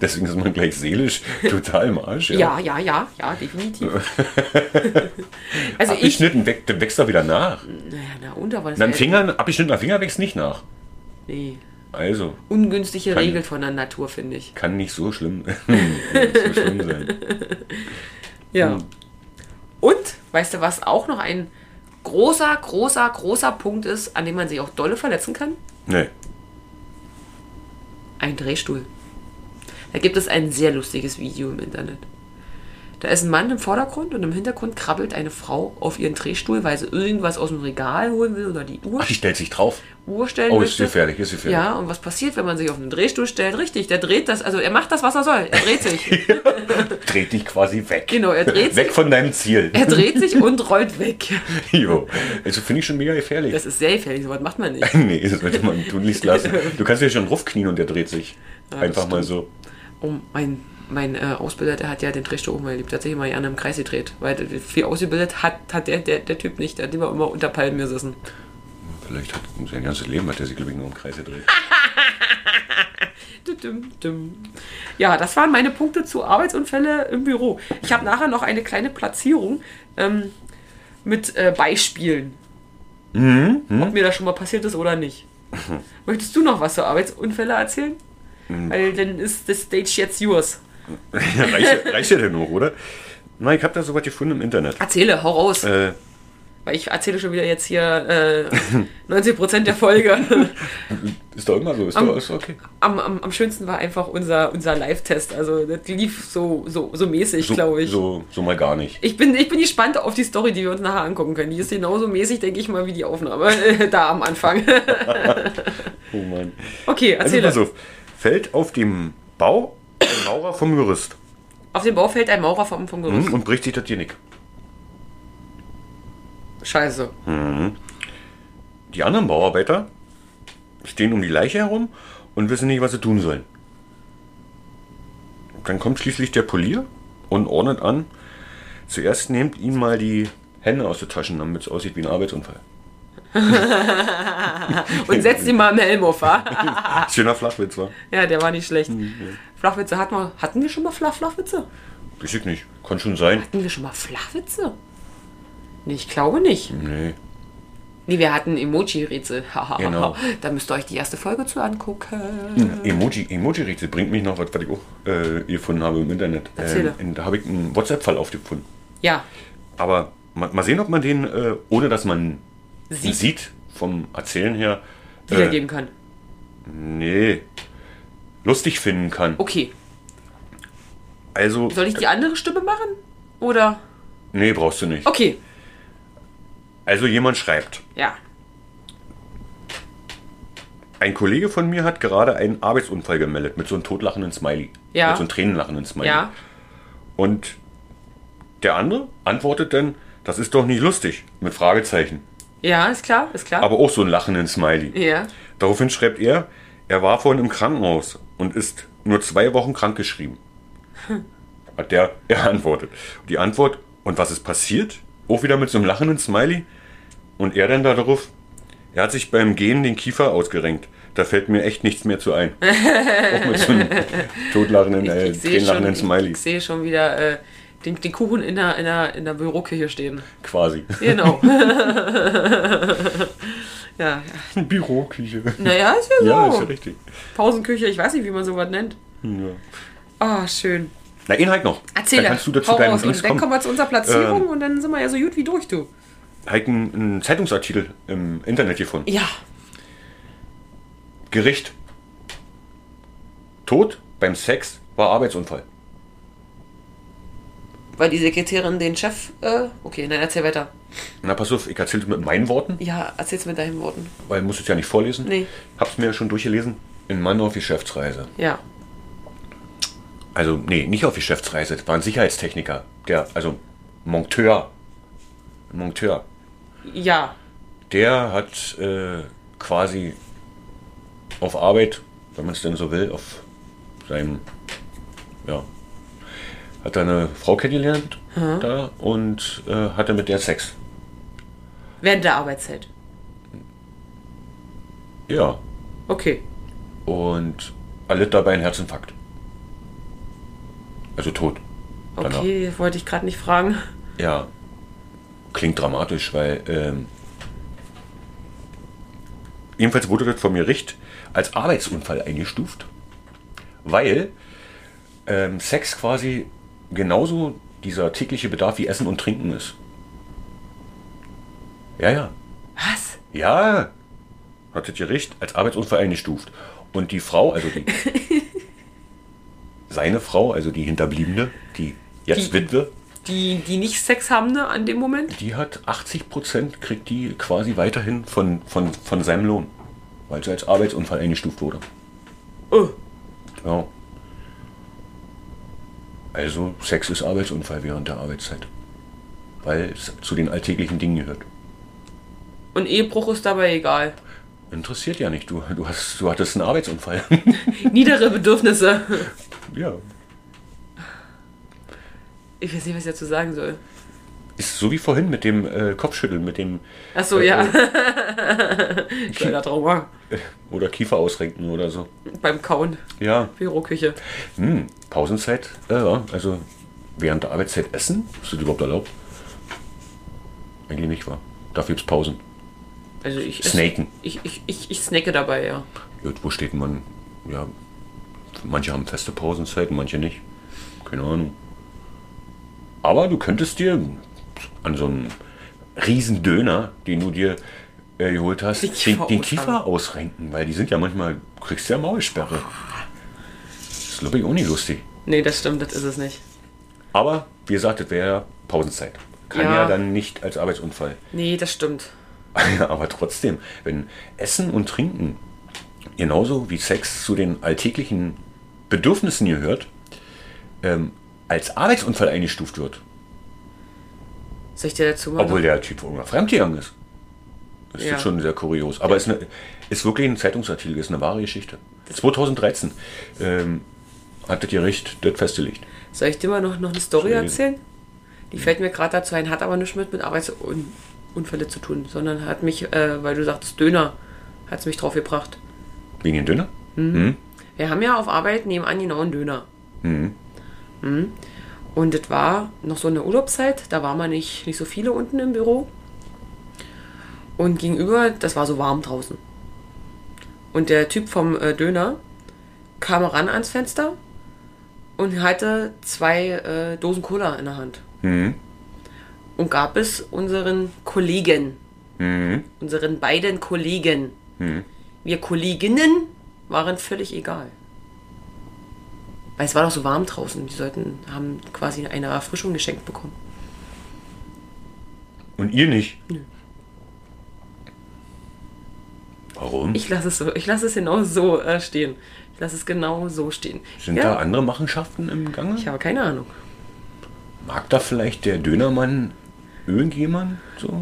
Speaker 2: deswegen ist man
Speaker 1: *laughs*
Speaker 2: gleich seelisch total im Arsch.
Speaker 1: Ja, ja, ja, ja,
Speaker 2: *laughs*
Speaker 1: definitiv. also ich.
Speaker 2: Abgeschnitten wächst, wächst da wieder nach.
Speaker 1: Naja, na und aber das
Speaker 2: Dann
Speaker 1: wär-
Speaker 2: Finger, abgeschnittener Finger wächst nicht nach.
Speaker 1: Nee.
Speaker 2: Also,
Speaker 1: Ungünstige
Speaker 2: Kann-
Speaker 1: Regel von der Natur, finde ich.
Speaker 2: kann nicht so schlimm, *laughs* nicht so schlimm sein.
Speaker 1: Ja.
Speaker 2: Hm.
Speaker 1: Und, weißt du, was auch noch ein großer, großer, großer Punkt ist, an dem man sich auch dolle verletzen kann?
Speaker 2: Nee.
Speaker 1: Ein Drehstuhl. Da gibt es ein sehr lustiges Video im Internet. Da ist ein Mann im Vordergrund und im Hintergrund krabbelt eine Frau auf ihren Drehstuhl, weil sie irgendwas aus dem Regal holen will oder die Uhr,
Speaker 2: Ach, die stellt sich drauf.
Speaker 1: Uhr stellen
Speaker 2: Oh, ist
Speaker 1: möchte.
Speaker 2: gefährlich, ist gefährlich.
Speaker 1: ja, und was passiert, wenn man sich auf den Drehstuhl stellt? Richtig, der dreht das, also er macht das, was er soll. Er dreht sich.
Speaker 2: Dreht dich quasi weg.
Speaker 1: Genau, er
Speaker 2: *laughs*
Speaker 1: dreht
Speaker 2: Weg von deinem Ziel.
Speaker 1: er dreht sich und rollt weg.
Speaker 2: *laughs* jo. Also finde ich schon mega gefährlich.
Speaker 1: Das ist sehr gefährlich, sowas macht man nicht.
Speaker 2: *laughs* nee, das sollte man tun nicht lassen. Du kannst dir schon draufknien und der dreht sich. Einfach mal so.
Speaker 1: Oh, mein mein äh, Ausbilder, der hat ja den Drehstuhl umgeliebt. Der hat sich immer gerne im Kreis gedreht. Weil der- viel ausgebildet hat, hat der, der, der Typ nicht. Der hat immer, immer unter Palmen gesessen.
Speaker 2: Vielleicht hat sein ganzes Leben hat er sich, glaube ich, nur im Kreis gedreht. *laughs*
Speaker 1: Dum, dum, dum. Ja, das waren meine Punkte zu Arbeitsunfälle im Büro. Ich habe nachher noch eine kleine Platzierung ähm, mit äh, Beispielen. Ob mir das schon mal passiert ist oder nicht. Möchtest du noch was zu Arbeitsunfälle erzählen? Weil dann ist das Stage jetzt yours.
Speaker 2: reicht, reicht ja denn noch, oder? Nein, ich habe da sowas gefunden im Internet.
Speaker 1: Erzähle, hau raus.
Speaker 2: Äh,
Speaker 1: Weil ich erzähle schon wieder jetzt hier äh, 90% der
Speaker 2: *laughs*
Speaker 1: Folge.
Speaker 2: ist doch immer so, ist doch ist doch okay.
Speaker 1: am, am, am schönsten war einfach unser, unser Live-Test. Also das lief so, so, so mäßig,
Speaker 2: So,
Speaker 1: glaube ich.
Speaker 2: So, so mal gar nicht.
Speaker 1: Ich bin, ich bin gespannt auf die Story, die wir uns nachher angucken können. Die ist genauso mäßig, denke ich mal, wie die Aufnahme äh, da am Anfang. *laughs*
Speaker 2: Oh Mann.
Speaker 1: Okay,
Speaker 2: Also
Speaker 1: erzähle.
Speaker 2: pass auf. Fällt auf dem Bau ein Maurer vom Gerüst
Speaker 1: auf dem Bau fällt ein Maurer vom, vom Gerüst.
Speaker 2: hm, und bricht sich das Genick. *laughs*
Speaker 1: Scheiße.
Speaker 2: Die anderen Bauarbeiter stehen um die Leiche herum und wissen nicht, was sie tun sollen. Dann kommt schließlich der Polier und ordnet an, zuerst nehmt ihm mal die Hände aus den Taschen, damit es aussieht wie ein Arbeitsunfall.
Speaker 1: Und setzt ihn mal im Helm auf,
Speaker 2: *laughs*
Speaker 1: wa?
Speaker 2: Schöner Flachwitz, war.
Speaker 1: Ja, der war nicht schlecht.
Speaker 2: Mhm,
Speaker 1: Flachwitze hatten wir. Hatten wir schon mal Flach Flachwitze?
Speaker 2: Geschickt nicht. Kann schon sein.
Speaker 1: Hatten wir schon mal Flachwitze? Nee, ich glaube nicht.
Speaker 2: Nee.
Speaker 1: Nee, wir hatten Emoji-Rätsel. *laughs*
Speaker 2: Genau. Hm.
Speaker 1: Da müsst ihr euch die erste Folge zu angucken.
Speaker 2: Emoji, Emoji-Rätsel bringt mich noch was, was ich auch äh, gefunden habe im Internet.
Speaker 1: Erzähle.
Speaker 2: Ähm, da habe ich einen WhatsApp-Fall aufgefunden.
Speaker 1: Ja.
Speaker 2: Aber mal, mal sehen, ob man den, äh, ohne dass man ihn
Speaker 1: Sieht.
Speaker 2: sieht, vom Erzählen her, äh,
Speaker 1: Wiedergeben kann.
Speaker 2: nee, lustig finden kann.
Speaker 1: Okay.
Speaker 2: Also,
Speaker 1: Soll ich die andere Stimme machen? Oder?
Speaker 2: nee, brauchst du nicht.
Speaker 1: Okay.
Speaker 2: Also jemand schreibt,
Speaker 1: Ja.
Speaker 2: ein Kollege von mir hat gerade einen Arbeitsunfall gemeldet mit so einem totlachenden Smiley.
Speaker 1: Ja.
Speaker 2: Mit so einem tränenlachenden Smiley.
Speaker 1: Ja.
Speaker 2: Und der andere antwortet dann, das ist doch nicht lustig, mit Fragezeichen.
Speaker 1: Ja, ist klar, ist klar.
Speaker 2: Aber auch so einen lachenden Smiley.
Speaker 1: ja.
Speaker 2: Daraufhin schreibt er, er war vorhin im Krankenhaus und ist nur zwei Wochen krankgeschrieben.
Speaker 1: Hm.
Speaker 2: Hat der, er antwortet. Die Antwort, und was ist passiert? Auch wieder mit so einem lachenden Smiley. Und er dann darauf, er hat sich beim Gehen den Kiefer ausgerenkt. Da fällt mir echt nichts mehr zu ein.
Speaker 1: *laughs*
Speaker 2: Auch mit so einem totlachenden, äh,
Speaker 1: Ich sehe schon,
Speaker 2: tränenlachenden Smiley
Speaker 1: ich sehe schon wieder äh, den, den Kuchen in der, in, der, in der Büroküche
Speaker 2: *laughs*
Speaker 1: stehen.
Speaker 2: quasi.
Speaker 1: Genau. *laughs* ja, ja.
Speaker 2: Büroküche.
Speaker 1: naja, ist ja so.
Speaker 2: Ja, ist ja richtig.
Speaker 1: Pausenküche, ich weiß nicht, wie man sowas nennt. Ah, schön.
Speaker 2: Na, Inhalt noch.
Speaker 1: Erzähl
Speaker 2: Dann kannst du dazu deinen Dings
Speaker 1: Und dann kommen
Speaker 2: kommen. Ähm.
Speaker 1: wir zu unserer Platzierung und dann sind wir ja so gut wie durch, du.
Speaker 2: Halt einen, einen Zeitungsartikel im Internet gefunden.
Speaker 1: Ja.
Speaker 2: Gericht. Tod beim Sex war Arbeitsunfall.
Speaker 1: Weil die Sekretärin den Chef. Äh, okay, nein, erzähl weiter.
Speaker 2: Na, pass auf, ich erzähl's mit meinen Worten,
Speaker 1: Ja, erzähl's mit deinen Worten.
Speaker 2: weil ich muss es ja nicht vorlesen.
Speaker 1: Nee.
Speaker 2: Hab's mir ja schon durchgelesen. In Mann auf Geschäftsreise.
Speaker 1: Ja.
Speaker 2: Also, nee, nicht auf Geschäftsreise. Es war ein Sicherheitstechniker. Der, also Monteur. Monteur.
Speaker 1: Ja.
Speaker 2: Der hat äh, quasi auf Arbeit, wenn man es denn so will, auf seinem, ja, hat er eine Frau kennengelernt da und äh, hatte mit der Sex.
Speaker 1: Während der Arbeitszeit.
Speaker 2: Ja,
Speaker 1: Okay.
Speaker 2: und erlitt dabei einen Herzinfarkt. Also tot. Danach.
Speaker 1: Okay, wollte ich gerade nicht fragen.
Speaker 2: Ja. Klingt dramatisch, weil. Ähm, jedenfalls wurde das vom Gericht als Arbeitsunfall eingestuft, weil ähm, Sex quasi genauso dieser tägliche Bedarf wie Essen und Trinken ist. Ja, ja.
Speaker 1: Was?
Speaker 2: Ja, hat das Gericht als Arbeitsunfall eingestuft. Und die Frau, also die. seine Frau, also die Hinterbliebene, die Jetzt
Speaker 1: Die-
Speaker 2: Witwe.
Speaker 1: Die, die nicht Sex haben ne, an dem Moment.
Speaker 2: Die hat 80 Prozent, kriegt die quasi weiterhin von, von, von seinem Lohn, weil sie als Arbeitsunfall eingestuft wurde.
Speaker 1: Oh,
Speaker 2: Ja. Also Sex ist Arbeitsunfall während der Arbeitszeit, weil es zu den alltäglichen Dingen gehört.
Speaker 1: Und Ehebruch ist dabei egal.
Speaker 2: Interessiert ja nicht, du, du, hast, du hattest einen Arbeitsunfall. *laughs*
Speaker 1: Niedere Bedürfnisse. *laughs*
Speaker 2: ja.
Speaker 1: Ich weiß nicht, was ich dazu sagen soll.
Speaker 2: Ist so wie vorhin mit dem äh, Kopfschütteln, mit dem
Speaker 1: Achso, Oh ja.
Speaker 2: Äh,
Speaker 1: Schleudertrauma.
Speaker 2: oder Kiefer ausrenken oder so.
Speaker 1: Beim Kauen.
Speaker 2: Ja,
Speaker 1: Büroküche.
Speaker 2: hm, Pausenzeit, äh, ja, also während der Arbeitszeit essen, ist das überhaupt erlaubt? Eigentlich nicht, wahr? Dafür gibt's Pausen.
Speaker 1: Also ich esse-
Speaker 2: Snaken.
Speaker 1: Ich, ich, ich, ich snacke dabei, ja.
Speaker 2: Gut, wo steht man? Ja, manche haben feste Pausenzeiten, manche nicht. Keine Ahnung. Aber du könntest dir an so einem riesen Döner, den du dir äh, geholt hast,
Speaker 1: Die
Speaker 2: den, den
Speaker 1: Kiefer
Speaker 2: Kiefer ausrenken, weil die sind ja manchmal, kriegst du ja Maulsperre. Das ist, glaube ich, auch nicht lustig.
Speaker 1: Nee, das stimmt, das ist es nicht.
Speaker 2: Aber, wie gesagt, das wäre ja Pausenzeit. Kann ja.
Speaker 1: Ja.
Speaker 2: dann nicht als Arbeitsunfall.
Speaker 1: Nee, das stimmt.
Speaker 2: *laughs* Aber trotzdem, wenn Essen und Trinken genauso wie Sex zu den alltäglichen Bedürfnissen gehört, ähm, als Arbeitsunfall eingestuft wird,
Speaker 1: Soll ich dir dazu mal?
Speaker 2: obwohl der Typ irgendwann fremdgegangen ist. Das ist
Speaker 1: Ja.
Speaker 2: jetzt schon sehr kurios. Aber es ist, eine, ist wirklich ein Zeitungsartikel, ist eine wahre Geschichte. 2013 ähm, hat das Gericht das festgelegt.
Speaker 1: Soll ich dir mal noch, noch eine Story
Speaker 2: Schön.
Speaker 1: erzählen? Die fällt mir gerade dazu ein, hat aber nichts mit, mit Arbeitsunfälle zu tun, sondern hat mich, äh, weil du sagtest Döner, hat es mich drauf gebracht.
Speaker 2: Wegen den Döner?
Speaker 1: Wir haben ja auf Arbeit nebenan genau einen Döner. Mhm. Und das war noch so eine Urlaubszeit, da waren wir nicht, nicht so viele unten im Büro. Und gegenüber, das war so warm draußen. Und der Typ vom äh, Döner kam ran ans Fenster und hatte zwei äh, Dosen Cola in der Hand. Und gab es unseren Kollegen, unseren beiden Kollegen. Wir Kolleginnen waren völlig egal. Weil es war doch so warm draußen. Die sollten, haben quasi eine Erfrischung geschenkt bekommen.
Speaker 2: Und ihr nicht? Warum?
Speaker 1: Ich lasse es so, ich lasse es genau so äh, stehen. Ich lasse es genau so stehen.
Speaker 2: Sind
Speaker 1: ja,
Speaker 2: da andere Machenschaften im Gange?
Speaker 1: Ich habe keine Ahnung.
Speaker 2: Mag da vielleicht der Dönermann irgendjemand? So?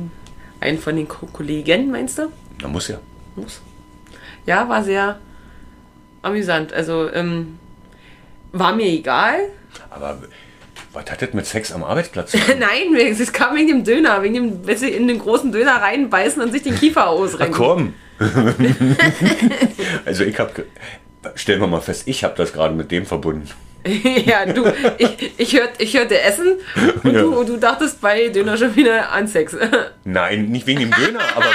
Speaker 1: Einen von den Ko Kollegen, meinst du?
Speaker 2: Da muss ja.
Speaker 1: Muss. Ja, war sehr amüsant. Also, ähm, war mir egal. *laughs*
Speaker 2: Aber was hat das mit Sex am Arbeitsplatz zu tun?
Speaker 1: Nein, es kam wegen dem Döner, wegen dem, wenn sie in den großen Döner reinbeißen und sich den Kiefer
Speaker 2: Na
Speaker 1: ausrenken. *laughs*
Speaker 2: komm! also ich habe, stellen wir mal fest, ich habe das gerade mit dem verbunden.
Speaker 1: *laughs* Ja, du, ich, ich, hört, ich hörte Essen und,
Speaker 2: Ja.
Speaker 1: du, und du dachtest bei Döner schon wieder an Sex. *laughs*
Speaker 2: Nein, nicht wegen dem Döner, aber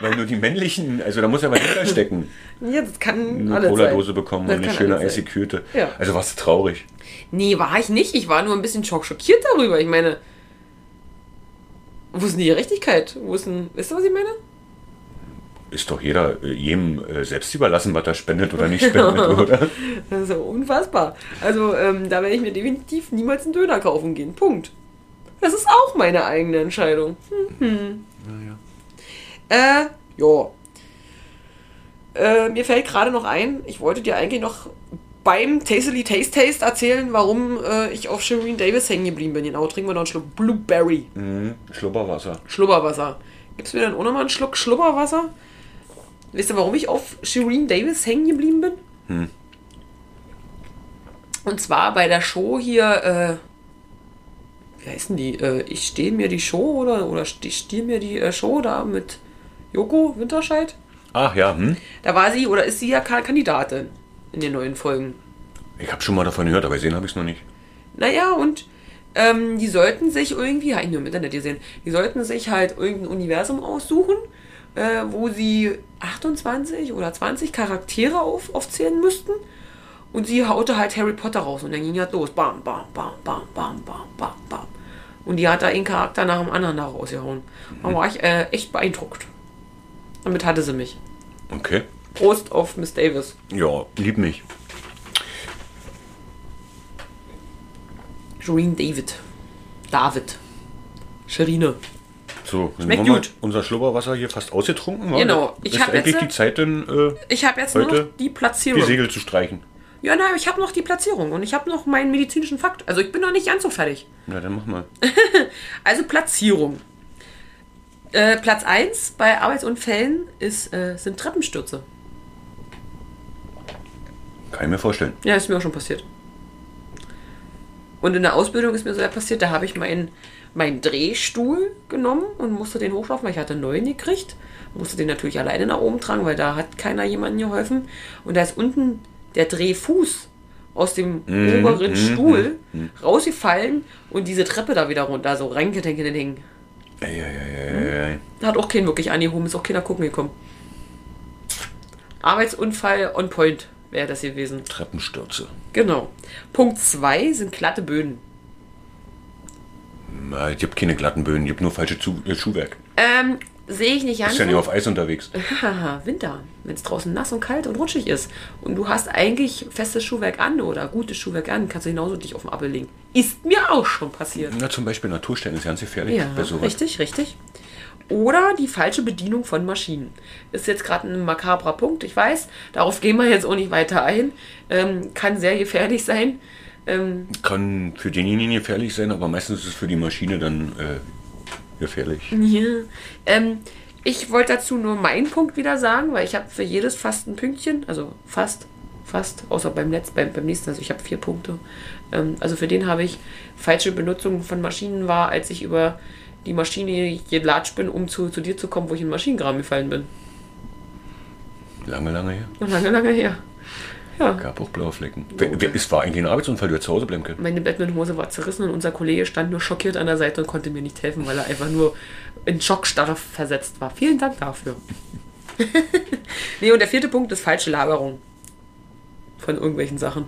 Speaker 2: weil nur die männlichen, also da muss ja was hinterstecken.
Speaker 1: Ja, das kann
Speaker 2: Eine
Speaker 1: alles
Speaker 2: Cola-Dose
Speaker 1: sein.
Speaker 2: bekommen
Speaker 1: Das
Speaker 2: und eine
Speaker 1: kann
Speaker 2: schöne
Speaker 1: alles sein.
Speaker 2: Eisigküte.
Speaker 1: Ja.
Speaker 2: Also warst du traurig.
Speaker 1: Nee, war ich nicht. Ich war nur ein bisschen schock schockiert darüber. Ich meine, wo ist denn die Gerechtigkeit? Wo ist denn, wisst ihr, was ich meine?
Speaker 2: Ist doch jeder äh, jedem äh, selbst überlassen, was er spendet oder
Speaker 1: *laughs*
Speaker 2: nicht spendet, oder?
Speaker 1: Das ist ja unfassbar. Also, ähm, da werde ich mir definitiv niemals einen Döner kaufen gehen. Punkt. Das ist auch meine eigene Entscheidung. Hm, Äh, ja. Äh, mir fällt gerade noch ein, ich wollte dir eigentlich noch beim Tastily Taste Taste erzählen, warum äh, ich auf Shireen Davis hängen geblieben bin. Genau, trinken wir noch einen Schluck Blueberry.
Speaker 2: Mhm, Schlupperwasser.
Speaker 1: Schlubberwasser. Gibst du mir dann auch nochmal einen Schluck Schlubberwasser? Weißt du, warum ich auf Shireen Davis hängen geblieben bin? Und zwar bei der Show hier, äh, wie heißen die? Äh, ich stehe mir die Show oder, oder ich stehe mir die äh, Show da mit Joko Winterscheid?
Speaker 2: Ach ja, hm?
Speaker 1: Da war sie oder ist sie ja Ka- Kandidatin in den neuen Folgen.
Speaker 2: Ich habe schon mal davon gehört, aber gesehen habe ich es noch nicht.
Speaker 1: Naja, und ähm, die sollten sich irgendwie, habe ich nur im Internet gesehen, die sollten sich halt irgendein Universum aussuchen, äh, wo sie 28 oder 20 Charaktere auf, aufzählen müssten. Und sie haute halt Harry Potter raus und dann ging halt los. Bam, bam, bam, bam, bam, bam, bam, bam. Und die hat da einen Charakter nach dem anderen da rausgehauen. Da war ich äh, echt beeindruckt. Damit hatte sie mich.
Speaker 2: Okay.
Speaker 1: Prost auf Miss Davis.
Speaker 2: Ja, lieb mich.
Speaker 1: Shireen David. David. Shirine.
Speaker 2: So, dann
Speaker 1: Schmeckt
Speaker 2: haben wir
Speaker 1: gut.
Speaker 2: unser Schlubberwasser hier fast ausgetrunken. wa?
Speaker 1: Genau.
Speaker 2: Ist
Speaker 1: Ich hab
Speaker 2: eigentlich
Speaker 1: jetzt-
Speaker 2: die Zeit, dann äh,
Speaker 1: Ich habe jetzt nur
Speaker 2: Heute
Speaker 1: noch die
Speaker 2: die
Speaker 1: Platzierung.
Speaker 2: Segel zu streichen.
Speaker 1: ja, nein, ich habe noch die Platzierung und ich habe noch meinen medizinischen Fakt. Also ich bin noch nicht ganz so fertig.
Speaker 2: Na, dann mach mal.
Speaker 1: Also Platzierung. Äh, Platz 1 bei Arbeitsunfällen ist, äh, sind Treppenstürze.
Speaker 2: Kann ich mir vorstellen.
Speaker 1: Ja, ist mir auch schon passiert. Und in der Ausbildung ist mir so etwas passiert, da habe ich meinen meinen Drehstuhl genommen und musste den hochlaufen, weil ich hatte einen neuen gekriegt. Musste den natürlich alleine nach oben tragen, weil da hat keiner jemandem geholfen. Und da ist unten der Drehfuß aus dem oberen Stuhl rausgefallen und diese Treppe da wieder runter, so reingedenken.
Speaker 2: Eieieiei.
Speaker 1: Da hat auch keinen wirklich angehoben, ist auch keiner gucken gekommen. Arbeitsunfall on point wäre das gewesen.
Speaker 2: Treppenstürze.
Speaker 1: Genau. Punkt 2 sind glatte Böden.
Speaker 2: Na, ich habe keine glatten Böden, ich habe nur falsche Zu äh, Schuhwerk.
Speaker 1: Ähm, sehe ich nicht an.
Speaker 2: Ist ja nicht auf Eis unterwegs.
Speaker 1: *laughs* Haha, Winter, wenn es draußen nass und kalt und rutschig ist und du hast eigentlich festes Schuhwerk an oder gutes Schuhwerk an, kannst du genauso dich auf den Appel legen. Ist mir auch schon passiert.
Speaker 2: Na, zum Beispiel Naturstellen ist ganz gefährlich.
Speaker 1: Ja,
Speaker 2: Hm, bei sowas.
Speaker 1: richtig, richtig. Oder die falsche Bedienung von Maschinen. Ist jetzt gerade ein makabrer Punkt, ich weiß. Darauf gehen wir jetzt auch nicht weiter ein. Ähm, kann sehr gefährlich sein. Ähm,
Speaker 2: Kann für denjenigen gefährlich sein, aber meistens ist es für die Maschine dann äh, gefährlich.
Speaker 1: Ja. Ähm, ich wollte dazu nur meinen Punkt wieder sagen, weil ich habe für jedes fast ein Pünktchen, also fast, fast, außer beim Netz, beim, beim nächsten, also ich habe vier Punkte. Ähm, also für den habe ich falsche Benutzung von Maschinen war, als ich über die Maschine gelatscht bin, um zu, zu dir zu kommen, wo ich in den Maschinengraben gefallen bin.
Speaker 2: Lange, lange her.
Speaker 1: Und lange, lange her. Ja.
Speaker 2: Gab auch blaue Flecken. Wer- wer- Es war eigentlich ein Arbeitsunfall, du hättest zu Hause bleiben können.
Speaker 1: Meine Batman-Hose war zerrissen und unser Kollege stand nur schockiert an der Seite und konnte mir nicht helfen, weil er einfach nur in Schockstarre versetzt war. Vielen Dank dafür. *laughs* nee, und der vierte Punkt ist falsche Laberung. Von irgendwelchen Sachen.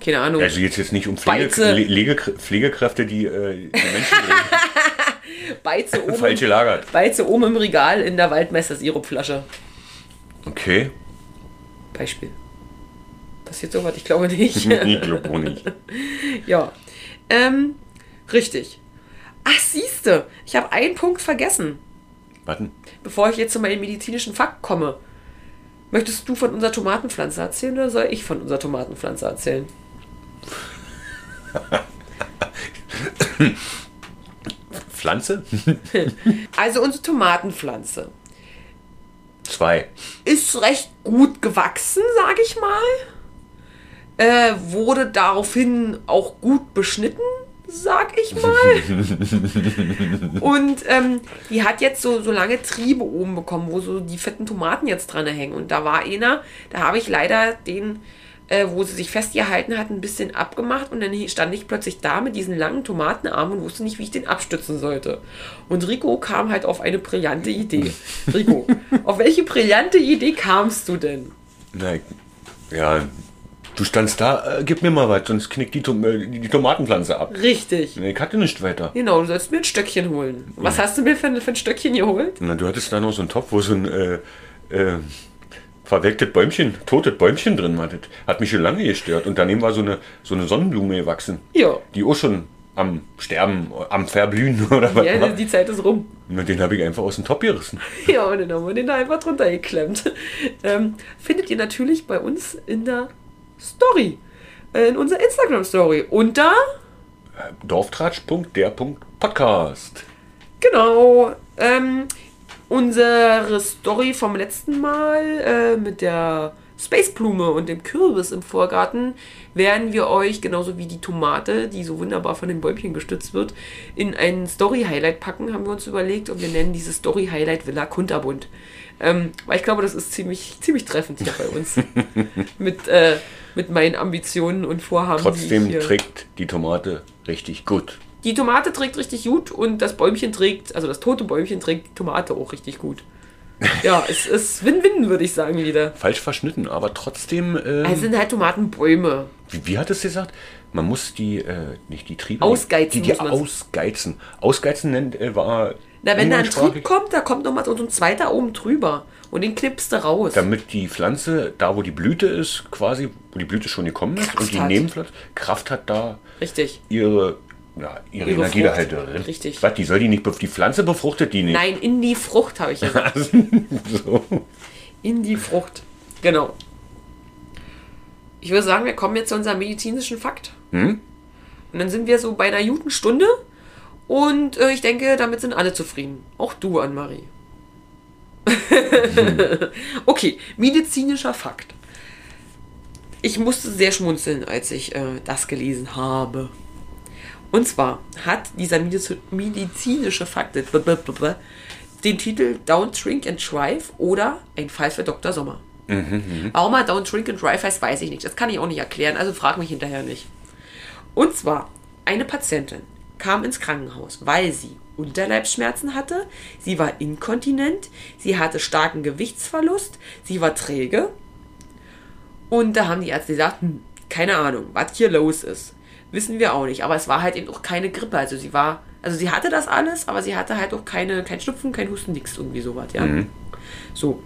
Speaker 1: Keine Ahnung.
Speaker 2: Also jetzt jetzt nicht um Pflege,
Speaker 1: Beize.
Speaker 2: Le- Legekr- Pflegekräfte, die, äh, die Menschen um bringen. *laughs*
Speaker 1: Beize oben,
Speaker 2: falsch gelagert.
Speaker 1: Beize oben im Regal in der Waldmeister-Sirupflasche.
Speaker 2: Okay.
Speaker 1: Beispiel. Passiert sowas? Ich glaube
Speaker 2: *laughs*
Speaker 1: nicht.
Speaker 2: Ich glaube auch nicht.
Speaker 1: Ja. Ähm, richtig. Ach, siehste, ich habe einen Punkt vergessen.
Speaker 2: Warten.
Speaker 1: Bevor ich jetzt zu meinem medizinischen Fakt komme, möchtest du von unserer Tomatenpflanze erzählen oder soll ich von unserer Tomatenpflanze erzählen?
Speaker 2: Pflanze?
Speaker 1: Also unsere Tomatenpflanze
Speaker 2: Zwei.
Speaker 1: ist recht gut gewachsen, sage ich mal. Äh, wurde daraufhin auch gut beschnitten, sag ich
Speaker 2: Mhm.
Speaker 1: mal. Und ähm, die hat jetzt so, so lange Triebe oben bekommen, wo so die fetten Tomaten jetzt dran hängen. Und da war einer, da habe ich leider den, äh, wo sie sich festgehalten hat, ein bisschen abgemacht. Und dann hi- stand ich plötzlich da mit diesen langen Tomatenarmen und wusste nicht, wie ich den abstützen sollte. Und Rico kam halt auf eine brillante Idee. Rico, auf welche brillante Idee kamst du denn?
Speaker 2: *laughs* Nein. Ja. Du standst da, äh, gib mir mal was, sonst knickt die, Tom äh, die Tomatenpflanze ab.
Speaker 1: Richtig.
Speaker 2: Nee, ich hatte nicht weiter.
Speaker 1: Genau, du sollst mir ein Stöckchen holen. Was hast du mir für, ein- für ein Stöckchen geholt?
Speaker 2: Na, du hattest da noch so einen Topf, wo so ein äh, äh, verwelktes Bäumchen, totes Bäumchen drin war. Das hat mich schon lange gestört. Und daneben war so eine, so eine Sonnenblume gewachsen.
Speaker 1: Ja.
Speaker 2: Die auch schon am Sterben, am Verblühen *laughs* oder was
Speaker 1: Ja,
Speaker 2: war.
Speaker 1: die Zeit ist rum.
Speaker 2: Na, Den habe ich einfach aus dem Topf gerissen.
Speaker 1: *laughs* Ja, und dann haben wir den da einfach drunter geklemmt. Ähm, findet ihr natürlich bei uns in der Story. Äh, In unserer Instagram-Story. Und da,
Speaker 2: Dorftratsch.der.podcast.
Speaker 1: genau, ähm, unsere Story vom letzten Mal äh, mit der Spaceblume und dem Kürbis im Vorgarten werden wir euch, genauso wie die Tomate, die so wunderbar von den Bäumchen gestützt wird, in ein Story-Highlight packen, haben wir uns überlegt. Und wir nennen diese Story-Highlight Villa Kunterbund. Ähm, weil ich glaube, das ist ziemlich, ziemlich treffend hier bei
Speaker 2: *laughs*
Speaker 1: uns. mit, äh, mit meinen Ambitionen und Vorhaben. die ich
Speaker 2: Trotzdem
Speaker 1: hier-
Speaker 2: trägt die Tomate richtig gut.
Speaker 1: die Tomate trägt richtig gut und das Bäumchen trägt, also das tote Bäumchen trägt die Tomate auch richtig gut. Ja, es ist Win-Win, würde ich sagen wieder.
Speaker 2: Falsch verschnitten, aber trotzdem. ähm,
Speaker 1: Es sind halt Tomatenbäume.
Speaker 2: wie, wie hat es gesagt? Man muss die, äh, nicht die Triebe.
Speaker 1: Ausgeizen
Speaker 2: Die, die
Speaker 1: muss man's.
Speaker 2: ausgeizen. Ausgeizen nennt, äh, war.
Speaker 1: Na, wenn da ein
Speaker 2: umgangssprachlich-
Speaker 1: Trieb kommt, da kommt nochmal so so ein zweiter oben drüber. Und den knippst du raus.
Speaker 2: damit die Pflanze, da wo die Blüte ist, quasi, wo die Blüte schon gekommen ist und
Speaker 1: Kraft
Speaker 2: die
Speaker 1: hat.
Speaker 2: Nebenpflanze, Kraft hat da
Speaker 1: Richtig.
Speaker 2: ihre, ja, ihre,
Speaker 1: Ihre
Speaker 2: Energie da halt
Speaker 1: Frucht.
Speaker 2: drin.
Speaker 1: Richtig.
Speaker 2: Was, die soll die nicht, bef- die Pflanze befruchtet die nicht.
Speaker 1: Nein, in die Frucht habe ich gesagt.
Speaker 2: *laughs* so.
Speaker 1: In die Frucht. Genau. Ich würde sagen, wir kommen jetzt zu unserem medizinischen Fakt. Und dann sind wir so bei einer guten Stunde. Und äh, ich denke, damit sind alle zufrieden. Auch du, Anne-Marie. *laughs* okay, medizinischer Fakt. Ich musste sehr schmunzeln, als ich äh, das gelesen habe. Und zwar hat dieser mediz- medizinische Fakt äh, blablabla, den Titel Don't Drink and Drive oder Ein Fall für Dr. Sommer. Warum er Don't Drink and Drive heißt, weiß ich nicht. Das kann ich auch nicht erklären, also frag mich hinterher nicht. Und zwar, eine Patientin kam ins Krankenhaus, weil sie Unterleibsschmerzen hatte, sie war inkontinent, sie hatte starken Gewichtsverlust, sie war träge und da haben die Ärzte gesagt, hm, keine Ahnung, was hier los ist. Wissen wir auch nicht. Aber es war halt eben auch keine Grippe. Also sie war, also sie hatte das alles, aber sie hatte halt auch keine, kein Schnupfen, kein Husten, nichts irgendwie sowas, ja.
Speaker 2: Mhm.
Speaker 1: So.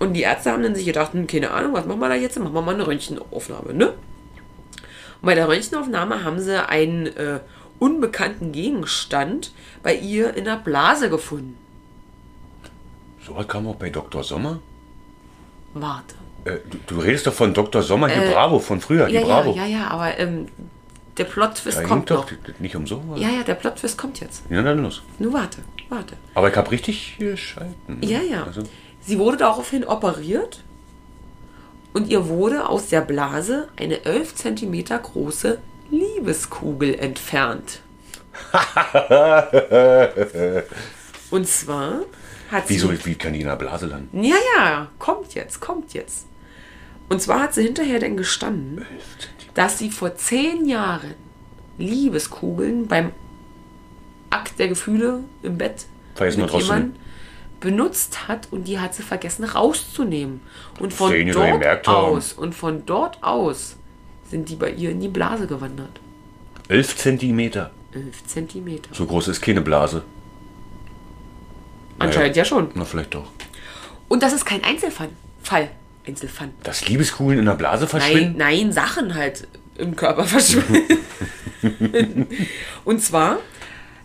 Speaker 1: Und die Ärzte haben dann sich gedacht, hm, keine Ahnung, was machen wir da jetzt? Machen wir mal eine Röntgenaufnahme, ne? Und bei der Röntgenaufnahme haben sie einen äh, unbekannten Gegenstand bei ihr in der Blase gefunden.
Speaker 2: so was kam auch bei Dr. Sommer.
Speaker 1: Warte.
Speaker 2: Äh, du, du redest doch von Dr. Sommer, die Bravo von früher, die
Speaker 1: Äh, Ja, ja,
Speaker 2: Bravo.
Speaker 1: ja, ja, aber ähm, der Plot-Twist
Speaker 2: Da ging
Speaker 1: kommt
Speaker 2: doch
Speaker 1: noch.
Speaker 2: das nicht um sowas.
Speaker 1: Ja, ja, der Plot-Twist kommt jetzt.
Speaker 2: Ja, dann los.
Speaker 1: Nur warte, warte.
Speaker 2: Aber ich habe richtig geschalten.
Speaker 1: Ja, ja.
Speaker 2: Also,
Speaker 1: Sie wurde daraufhin operiert und ihr wurde aus der Blase eine 11 cm große Liebeskugel entfernt. und zwar hat sie.
Speaker 2: wieso, wie kann die in der Blase landen?
Speaker 1: Ja, ja, kommt jetzt, kommt jetzt. Und zwar hat sie hinterher denn gestanden, dass sie vor zehn Jahren Liebeskugeln beim Akt der Gefühle im Bett
Speaker 2: Vergessen
Speaker 1: mit
Speaker 2: hat
Speaker 1: jemandem
Speaker 2: rauszunehmen.
Speaker 1: benutzt hat und die hat sie vergessen rauszunehmen. Und von
Speaker 2: Sehen die doch
Speaker 1: dort
Speaker 2: gemerkt haben.
Speaker 1: aus und von dort aus sind die bei ihr in die Blase gewandert.
Speaker 2: 11 Zentimeter.
Speaker 1: 11 Zentimeter.
Speaker 2: So groß ist keine Blase.
Speaker 1: Anscheinend ja schon.
Speaker 2: Na, vielleicht doch.
Speaker 1: Und das ist kein Einzelfall. Fall. Einzelfall.
Speaker 2: Dass Liebeskugeln in der Blase
Speaker 1: Nein,
Speaker 2: verschwinden?
Speaker 1: nein, Sachen halt im Körper *laughs* verschwinden. und zwar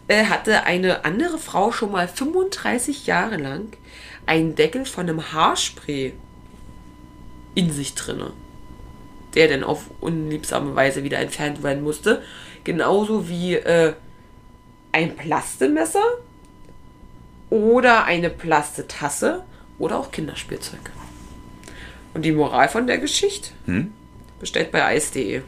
Speaker 1: äh, hatte eine andere Frau schon mal 35 Jahre lang einen Deckel von einem Haarspray in sich drinne, der dann auf unliebsame Weise wieder entfernt werden musste. Genauso wie äh, ein Plastemesser oder eine Plastetasse oder auch Kinderspielzeug. Und die Moral von der Geschichte?
Speaker 2: Hm?
Speaker 1: Bestellt bei
Speaker 2: *laughs*
Speaker 1: eis.de.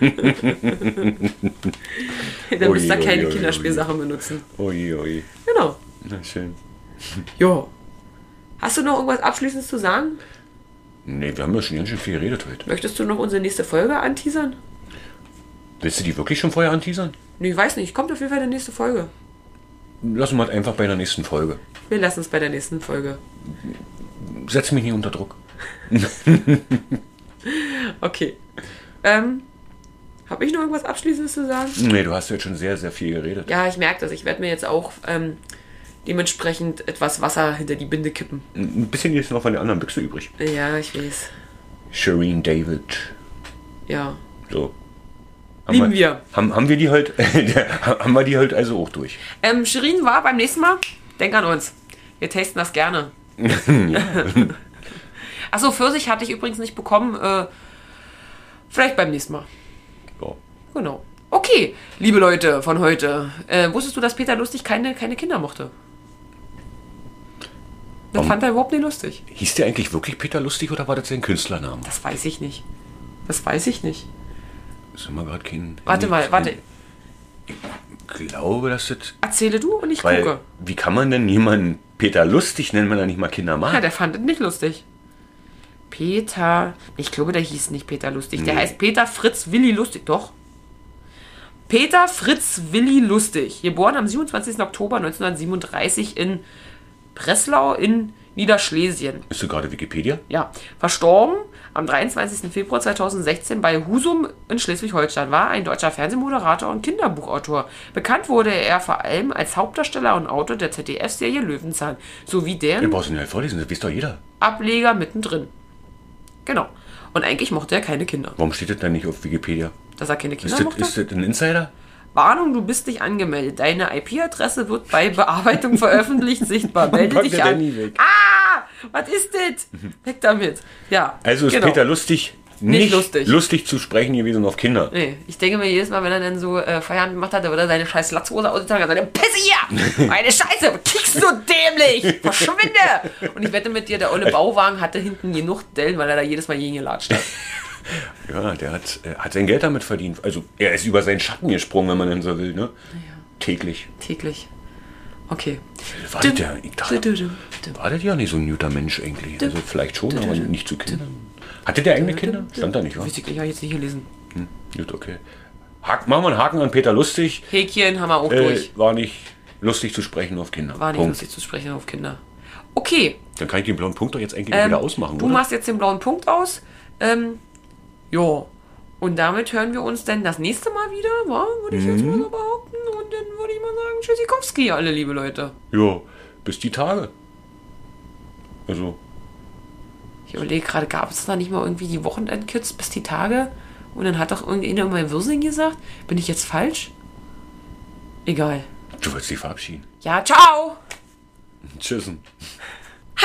Speaker 1: *laughs* Dann müsst ihr
Speaker 2: Ui, ui,
Speaker 1: keine
Speaker 2: ui,
Speaker 1: Kinderspielsachen benutzen.
Speaker 2: Ui, ui.
Speaker 1: Genau.
Speaker 2: Na schön.
Speaker 1: Ja. Hast du noch irgendwas Abschließendes zu sagen?
Speaker 2: Nee, wir haben ja schon ganz schön viel geredet heute.
Speaker 1: Möchtest du noch unsere nächste Folge anteasern?
Speaker 2: Willst du die wirklich schon vorher anteasern?
Speaker 1: Nee, ich weiß nicht. Kommt auf jeden Fall in der nächste Folge.
Speaker 2: Lassen wir es einfach bei der nächsten Folge.
Speaker 1: Wir lassen es bei der nächsten Folge.
Speaker 2: Setz mich nicht unter Druck.
Speaker 1: Okay. Ähm, habe ich noch irgendwas Abschließendes zu sagen?
Speaker 2: Nee, du hast jetzt schon sehr, sehr viel geredet.
Speaker 1: Ja, ich merke das. Ich werde mir jetzt auch ähm, dementsprechend etwas Wasser hinter die Binde kippen.
Speaker 2: Ein bisschen ist noch von der anderen Büchse übrig.
Speaker 1: Ja, ich weiß.
Speaker 2: Shireen David.
Speaker 1: Ja.
Speaker 2: So. Haben
Speaker 1: Lieben wir.
Speaker 2: Haben, haben wir die halt, *laughs* haben wir die halt also auch durch.
Speaker 1: Ähm, Shirin war beim nächsten Mal. Denk an uns. Wir testen das gerne. Achso, Pfirsich hatte ich übrigens nicht bekommen. Äh, vielleicht beim nächsten Mal.
Speaker 2: Ja.
Speaker 1: Genau. Okay, liebe Leute von heute. Äh, wusstest du, dass Peter Lustig keine, keine Kinder mochte? Das fand er überhaupt nicht lustig.
Speaker 2: Hieß der eigentlich wirklich Peter Lustig oder war das sein Künstlername?
Speaker 1: Das weiß ich nicht. Das weiß ich nicht.
Speaker 2: Ist immer gerade kein.
Speaker 1: Warte mal, warte.
Speaker 2: Ich glaube, dass das.
Speaker 1: Erzähle du und ich
Speaker 2: Weil,
Speaker 1: gucke.
Speaker 2: wie kann man denn jemanden Peter Lustig nennen, wenn er nicht mal Kinder mag?
Speaker 1: Ja, der fand es nicht lustig. Peter. Ich glaube, der hieß nicht Peter Lustig. Der heißt Peter Fritz Willi Lustig. Doch. Peter Fritz Willi Lustig. Geboren am 27. Oktober 1937 in Breslau in Niederschlesien.
Speaker 2: Bist du gerade Wikipedia?
Speaker 1: Ja, verstorben am 23. Februar 2016 bei Husum in Schleswig-Holstein, war ein deutscher Fernsehmoderator und Kinderbuchautor. Bekannt wurde er vor allem als Hauptdarsteller und Autor der ZDF-Serie Löwenzahn sowie
Speaker 2: Du
Speaker 1: deren
Speaker 2: brauchst ihn ja nicht vorlesen, das wisst doch jeder.
Speaker 1: Ableger mittendrin. Genau. Und eigentlich mochte er keine Kinder.
Speaker 2: Warum steht das denn nicht auf Wikipedia?
Speaker 1: Dass er keine Kinder
Speaker 2: Ist das,
Speaker 1: mochte?
Speaker 2: ist das ein Insider?
Speaker 1: Warnung, du bist nicht angemeldet. Deine IP-Adresse wird bei Bearbeitung veröffentlicht
Speaker 2: *laughs*
Speaker 1: sichtbar. Melde
Speaker 2: Packt
Speaker 1: dich
Speaker 2: Oh der
Speaker 1: an.
Speaker 2: Danny weg.
Speaker 1: Ah, was ist das? Weg damit. Ja.
Speaker 2: Also ist
Speaker 1: genau.
Speaker 2: Peter lustig, nicht,
Speaker 1: Nicht
Speaker 2: lustig.
Speaker 1: lustig.
Speaker 2: zu sprechen gewesen auf Kinder.
Speaker 1: Nee, ich denke mir jedes Mal, wenn er dann so äh, Feierabend gemacht hat, oder seine scheiß Latzhose ausgetragen hat, dann Pisse
Speaker 2: *laughs*
Speaker 1: hier! Meine Scheiße, kickst du dämlich! Verschwinde! Und ich wette mit dir, der olle Bauwagen hatte hinten genug Dellen, weil er da jedes Mal gegen gelatscht hat.
Speaker 2: Ja, der hat, äh, hat sein Geld damit verdient. Also er ist über seinen Schatten gesprungen, wenn man denn so will, ne? Täglich.
Speaker 1: Täglich. Okay.
Speaker 2: War das ja, ich dachte,
Speaker 1: Dü-dü-düm, düm.
Speaker 2: war das ja nicht so ein guter Mensch eigentlich. Also vielleicht schon, aber nicht zu Kindern. Hatte der eigene Kinder? Stand da nicht, oder?
Speaker 1: Weiß ich, ich habe jetzt nicht gelesen.
Speaker 2: Gut, okay. Haken, machen wir einen Haken an Peter lustig.
Speaker 1: Häkchen haben wir auch
Speaker 2: Äh,
Speaker 1: durch.
Speaker 2: war nicht lustig zu sprechen auf Kinder.
Speaker 1: War nicht
Speaker 2: Punkt.
Speaker 1: lustig zu sprechen auf Kinder. Okay.
Speaker 2: Dann kann ich den blauen Punkt doch jetzt eigentlich wieder ausmachen,
Speaker 1: Ähm, du
Speaker 2: oder?
Speaker 1: machst jetzt den blauen Punkt aus. Ähm, jo. Und damit hören wir uns dann das nächste Mal wieder, wa? würde ich
Speaker 2: Mhm.
Speaker 1: jetzt mal so behaupten. Und dann würde ich mal sagen, Tschüssikowski, alle liebe Leute.
Speaker 2: Ja, bis die Tage. Also,
Speaker 1: Ich überlege gerade, gab es da nicht mal irgendwie die Wochenendkids bis die Tage? Und dann hat doch irgendjemand mal Wirsing gesagt. Bin ich jetzt falsch? Egal.
Speaker 2: du willst dich verabschieden.
Speaker 1: Ja, ciao!
Speaker 2: Tschüssen.